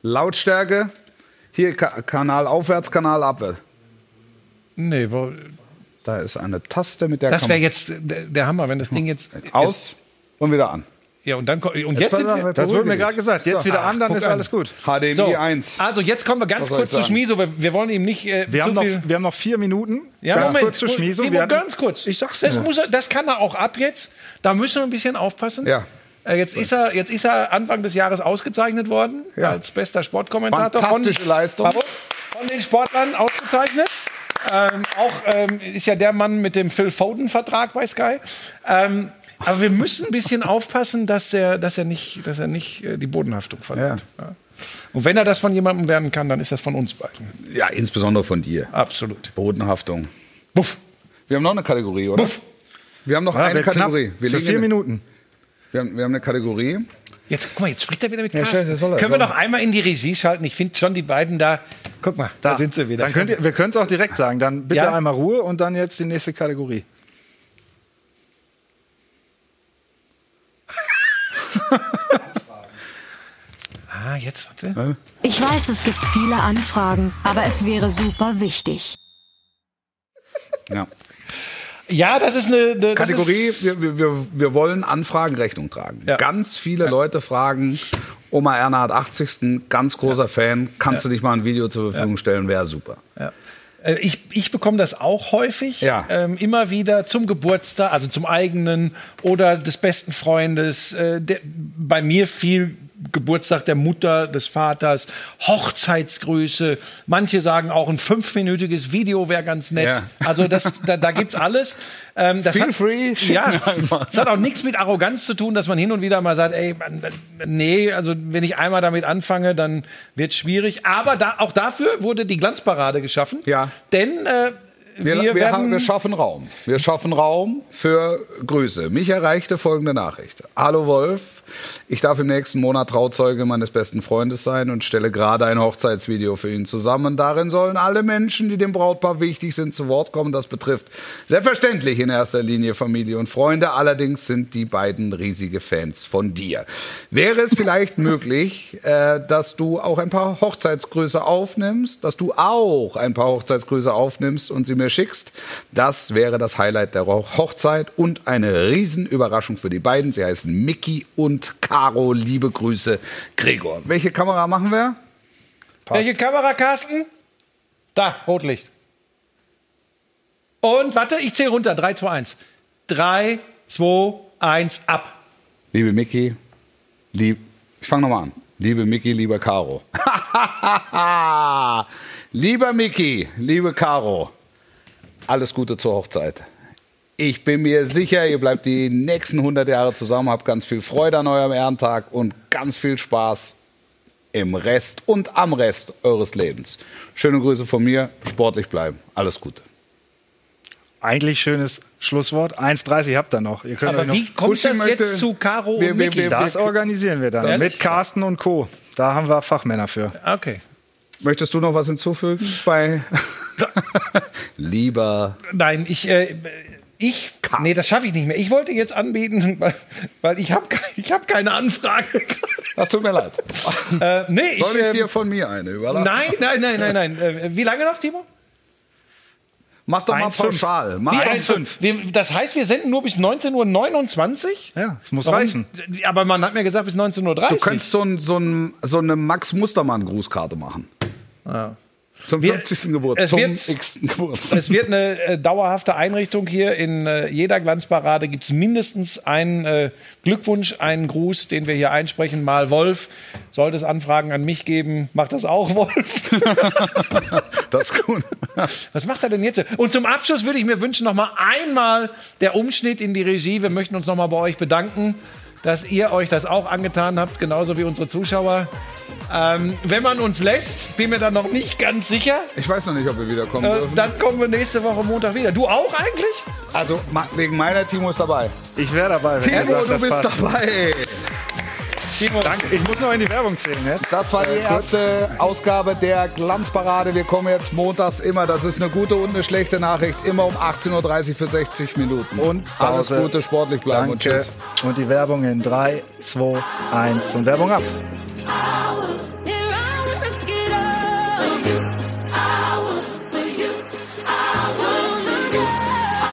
Lautstärke. Hier Ka Kanal aufwärts, Kanal abwärts. nee, wo, Da ist eine Taste mit der das kann man- wäre jetzt äh, der, der Hammer, wenn das Ding jetzt Hm. aus und wieder an. Jetzt, ja und dann ko- und jetzt sind wir, Das wurde mir gerade gesagt. Jetzt wieder an, dann ist alles gut. HDMI so. 1. Also jetzt kommen wir ganz Was soll kurz ich zu sagen? Schmieso. Wir, wir wollen ihm nicht äh, Wir zu haben, noch, viel. wir haben noch vier Minuten. Ja, ganz Moment. kurz zu Schmieso. Timo, Wir hatten- ganz kurz. Ich sag's das, nur. muss er, das kann er auch ab jetzt. Da müssen wir ein bisschen aufpassen. Ja. Äh, Jetzt ist, er, jetzt ist er Anfang des Jahres ausgezeichnet worden Ja. als bester Sportkommentator. Fantastische von, Leistung. Bravo, von den Sportlern ausgezeichnet. Ähm, auch ähm, ist ja der Mann mit dem Phil Foden-Vertrag bei Sky. Ähm, aber wir müssen ein bisschen aufpassen, dass er, dass er nicht, dass er nicht äh, die Bodenhaftung verliert. Ja. Und wenn er das von jemandem lernen kann, dann ist das von uns beiden. Ja, insbesondere von dir. Absolut. Bodenhaftung. Buff. Wir haben noch eine Kategorie, oder? Buff. Wir haben noch Ja, eine wird knapp. Kategorie. Wir, Für liegen vier in- Minuten. Wir, haben, wir haben eine Kategorie. Jetzt, guck mal, jetzt spricht er wieder mit Ja, Carsten. schön, das soll er, Können wir soll er. noch einmal in die Regie schalten? Ich finde schon die beiden da. Guck mal, da, sind sie wieder. Dann könnt ihr, wir können es auch direkt sagen. Dann bitte Ja. einmal Ruhe und dann jetzt die nächste Kategorie. ah, jetzt, Hm? warte. Ich weiß, es gibt viele Anfragen, aber es wäre super wichtig. Ja. Ja, das ist eine. eine das Kategorie, Ist, wir, wir- wir, wir wollen Anfragen Rechnung tragen. Ja. Ganz viele Leute fragen, Oma Erna hat 80. Ganz großer Fan, kannst du nicht mal ein Video zur Verfügung stellen, wäre super. äh, ich ich bekomme das auch häufig. Ja. Ähm, immer wieder zum Geburtstag, also zum eigenen oder des besten Freundes. Äh, der, bei mir viel Geburtstag der Mutter, des Vaters, Hochzeitsgrüße. Manche sagen auch ein fünfminütiges Video wäre ganz nett. Ja. Also das, da, da gibt's alles. Ähm, das Feel hat, free, schick Ja, mir einfach. es hat auch nichts mit Arroganz zu tun, dass man hin und wieder mal sagt, ey, man, nee, also wenn ich einmal damit anfange, dann wird schwierig. Aber da, auch dafür wurde die Glanzparade geschaffen. Ja. Denn äh, wir, Wir, wir, werden haben, wir schaffen Raum. Wir schaffen Raum für Grüße. Mich erreichte folgende Nachricht. Hallo Wolf, ich darf im nächsten Monat Trauzeuge meines besten Freundes sein und stelle gerade ein Hochzeitsvideo für ihn zusammen. Darin sollen alle Menschen, die dem Brautpaar wichtig sind, zu Wort kommen. Das betrifft selbstverständlich in erster Linie Familie und Freunde. Allerdings sind die beiden riesige Fans von dir. Wäre es vielleicht möglich, äh, dass du auch ein paar Hochzeitsgrüße aufnimmst, dass du auch ein paar Hochzeitsgrüße aufnimmst und sie mir schickst? Das wäre das Highlight der Ho- Hochzeit und eine Riesenüberraschung für die beiden. Sie heißen Mickey und Caro. Liebe Grüße, Gregor. Welche Kamera machen wir? Welche Kamera, Carsten? Da, Rotlicht. Und warte, ich zähle runter. 3, 2, 1. 3, 2, 1, ab. Liebe Mickey, lieb. Ich fange nochmal an. Liebe Mickey, lieber Caro. lieber Mickey, liebe Caro, alles Gute zur Hochzeit. Ich bin mir sicher, ihr bleibt die nächsten 100 Jahre zusammen, habt ganz viel Freude an eurem Ehrentag und ganz viel Spaß im Rest und am Rest eures Lebens. Schöne Grüße von mir, sportlich bleiben, alles Gute. Eigentlich schönes Schlusswort. 1,30 habt ihr noch. Ihr könnt euch Aber noch wie kommt Uschi das möchte- jetzt zu Caro Wir- und wir- Micky? wir- das organisieren wir dann. Das- Mit Carsten und Co. Da haben wir Fachmänner für. Okay. Möchtest du noch was hinzufügen? Bei Lieber Nein, ich, äh, ich, nee, das schaffe ich nicht mehr. Ich wollte jetzt anbieten, weil, weil ich habe ich hab keine Anfrage. Das tut mir leid. äh, nee, Soll ich ähm, dir von mir eine überlassen? Nein, nein, nein, nein, nein. Äh, Wie lange noch, Timo? Mach doch mal 1,5. pauschal. Mach Wie doch- einfach- wir, das heißt, wir senden nur bis 19.29 Uhr? Ja, es muss Warum? reichen. Aber man hat mir gesagt, bis 19.30 Uhr. Du könntest so, ein, so, ein, so eine Max-Mustermann-Grußkarte machen. Ah. Zum Wir- 50. Geburtstag. es Zum wird- x. Geburtstag. Es wird eine äh, dauerhafte Einrichtung hier. In äh, jeder Glanzparade gibt es mindestens einen äh, Glückwunsch, einen Gruß, den wir hier einsprechen. Mal Wolf. Sollte es Anfragen an mich geben, macht das auch Wolf. Das ist gut. Was macht er denn jetzt? Und zum Abschluss würde ich mir wünschen, nochmal einmal der Umschnitt in die Regie. Wir möchten uns nochmal bei euch bedanken, dass ihr euch das auch angetan habt, genauso wie unsere Zuschauer. Ähm, wenn man uns lässt, bin mir da noch nicht ganz sicher. Ich weiß noch nicht, ob wir wiederkommen Äh, dürfen. dann kommen wir nächste Woche Montag wieder. Du auch eigentlich? Also ma- wegen meiner Timo ist dabei. Ich wäre dabei, wenn ihr Timo, sagt, du das bist passt. dabei. Timo, Danke. Ich muss noch in die Werbung zählen jetzt. Das war Äh, die erste Ausgabe der Glanzparade. Wir kommen jetzt montags immer. Das ist eine gute und eine schlechte Nachricht. Immer um 18.30 Uhr für 60 Minuten. Und alles Pause. Gute, sportlich bleiben und Danke. tschüss. Und die Werbung in 3, 2, 1 und Werbung ab.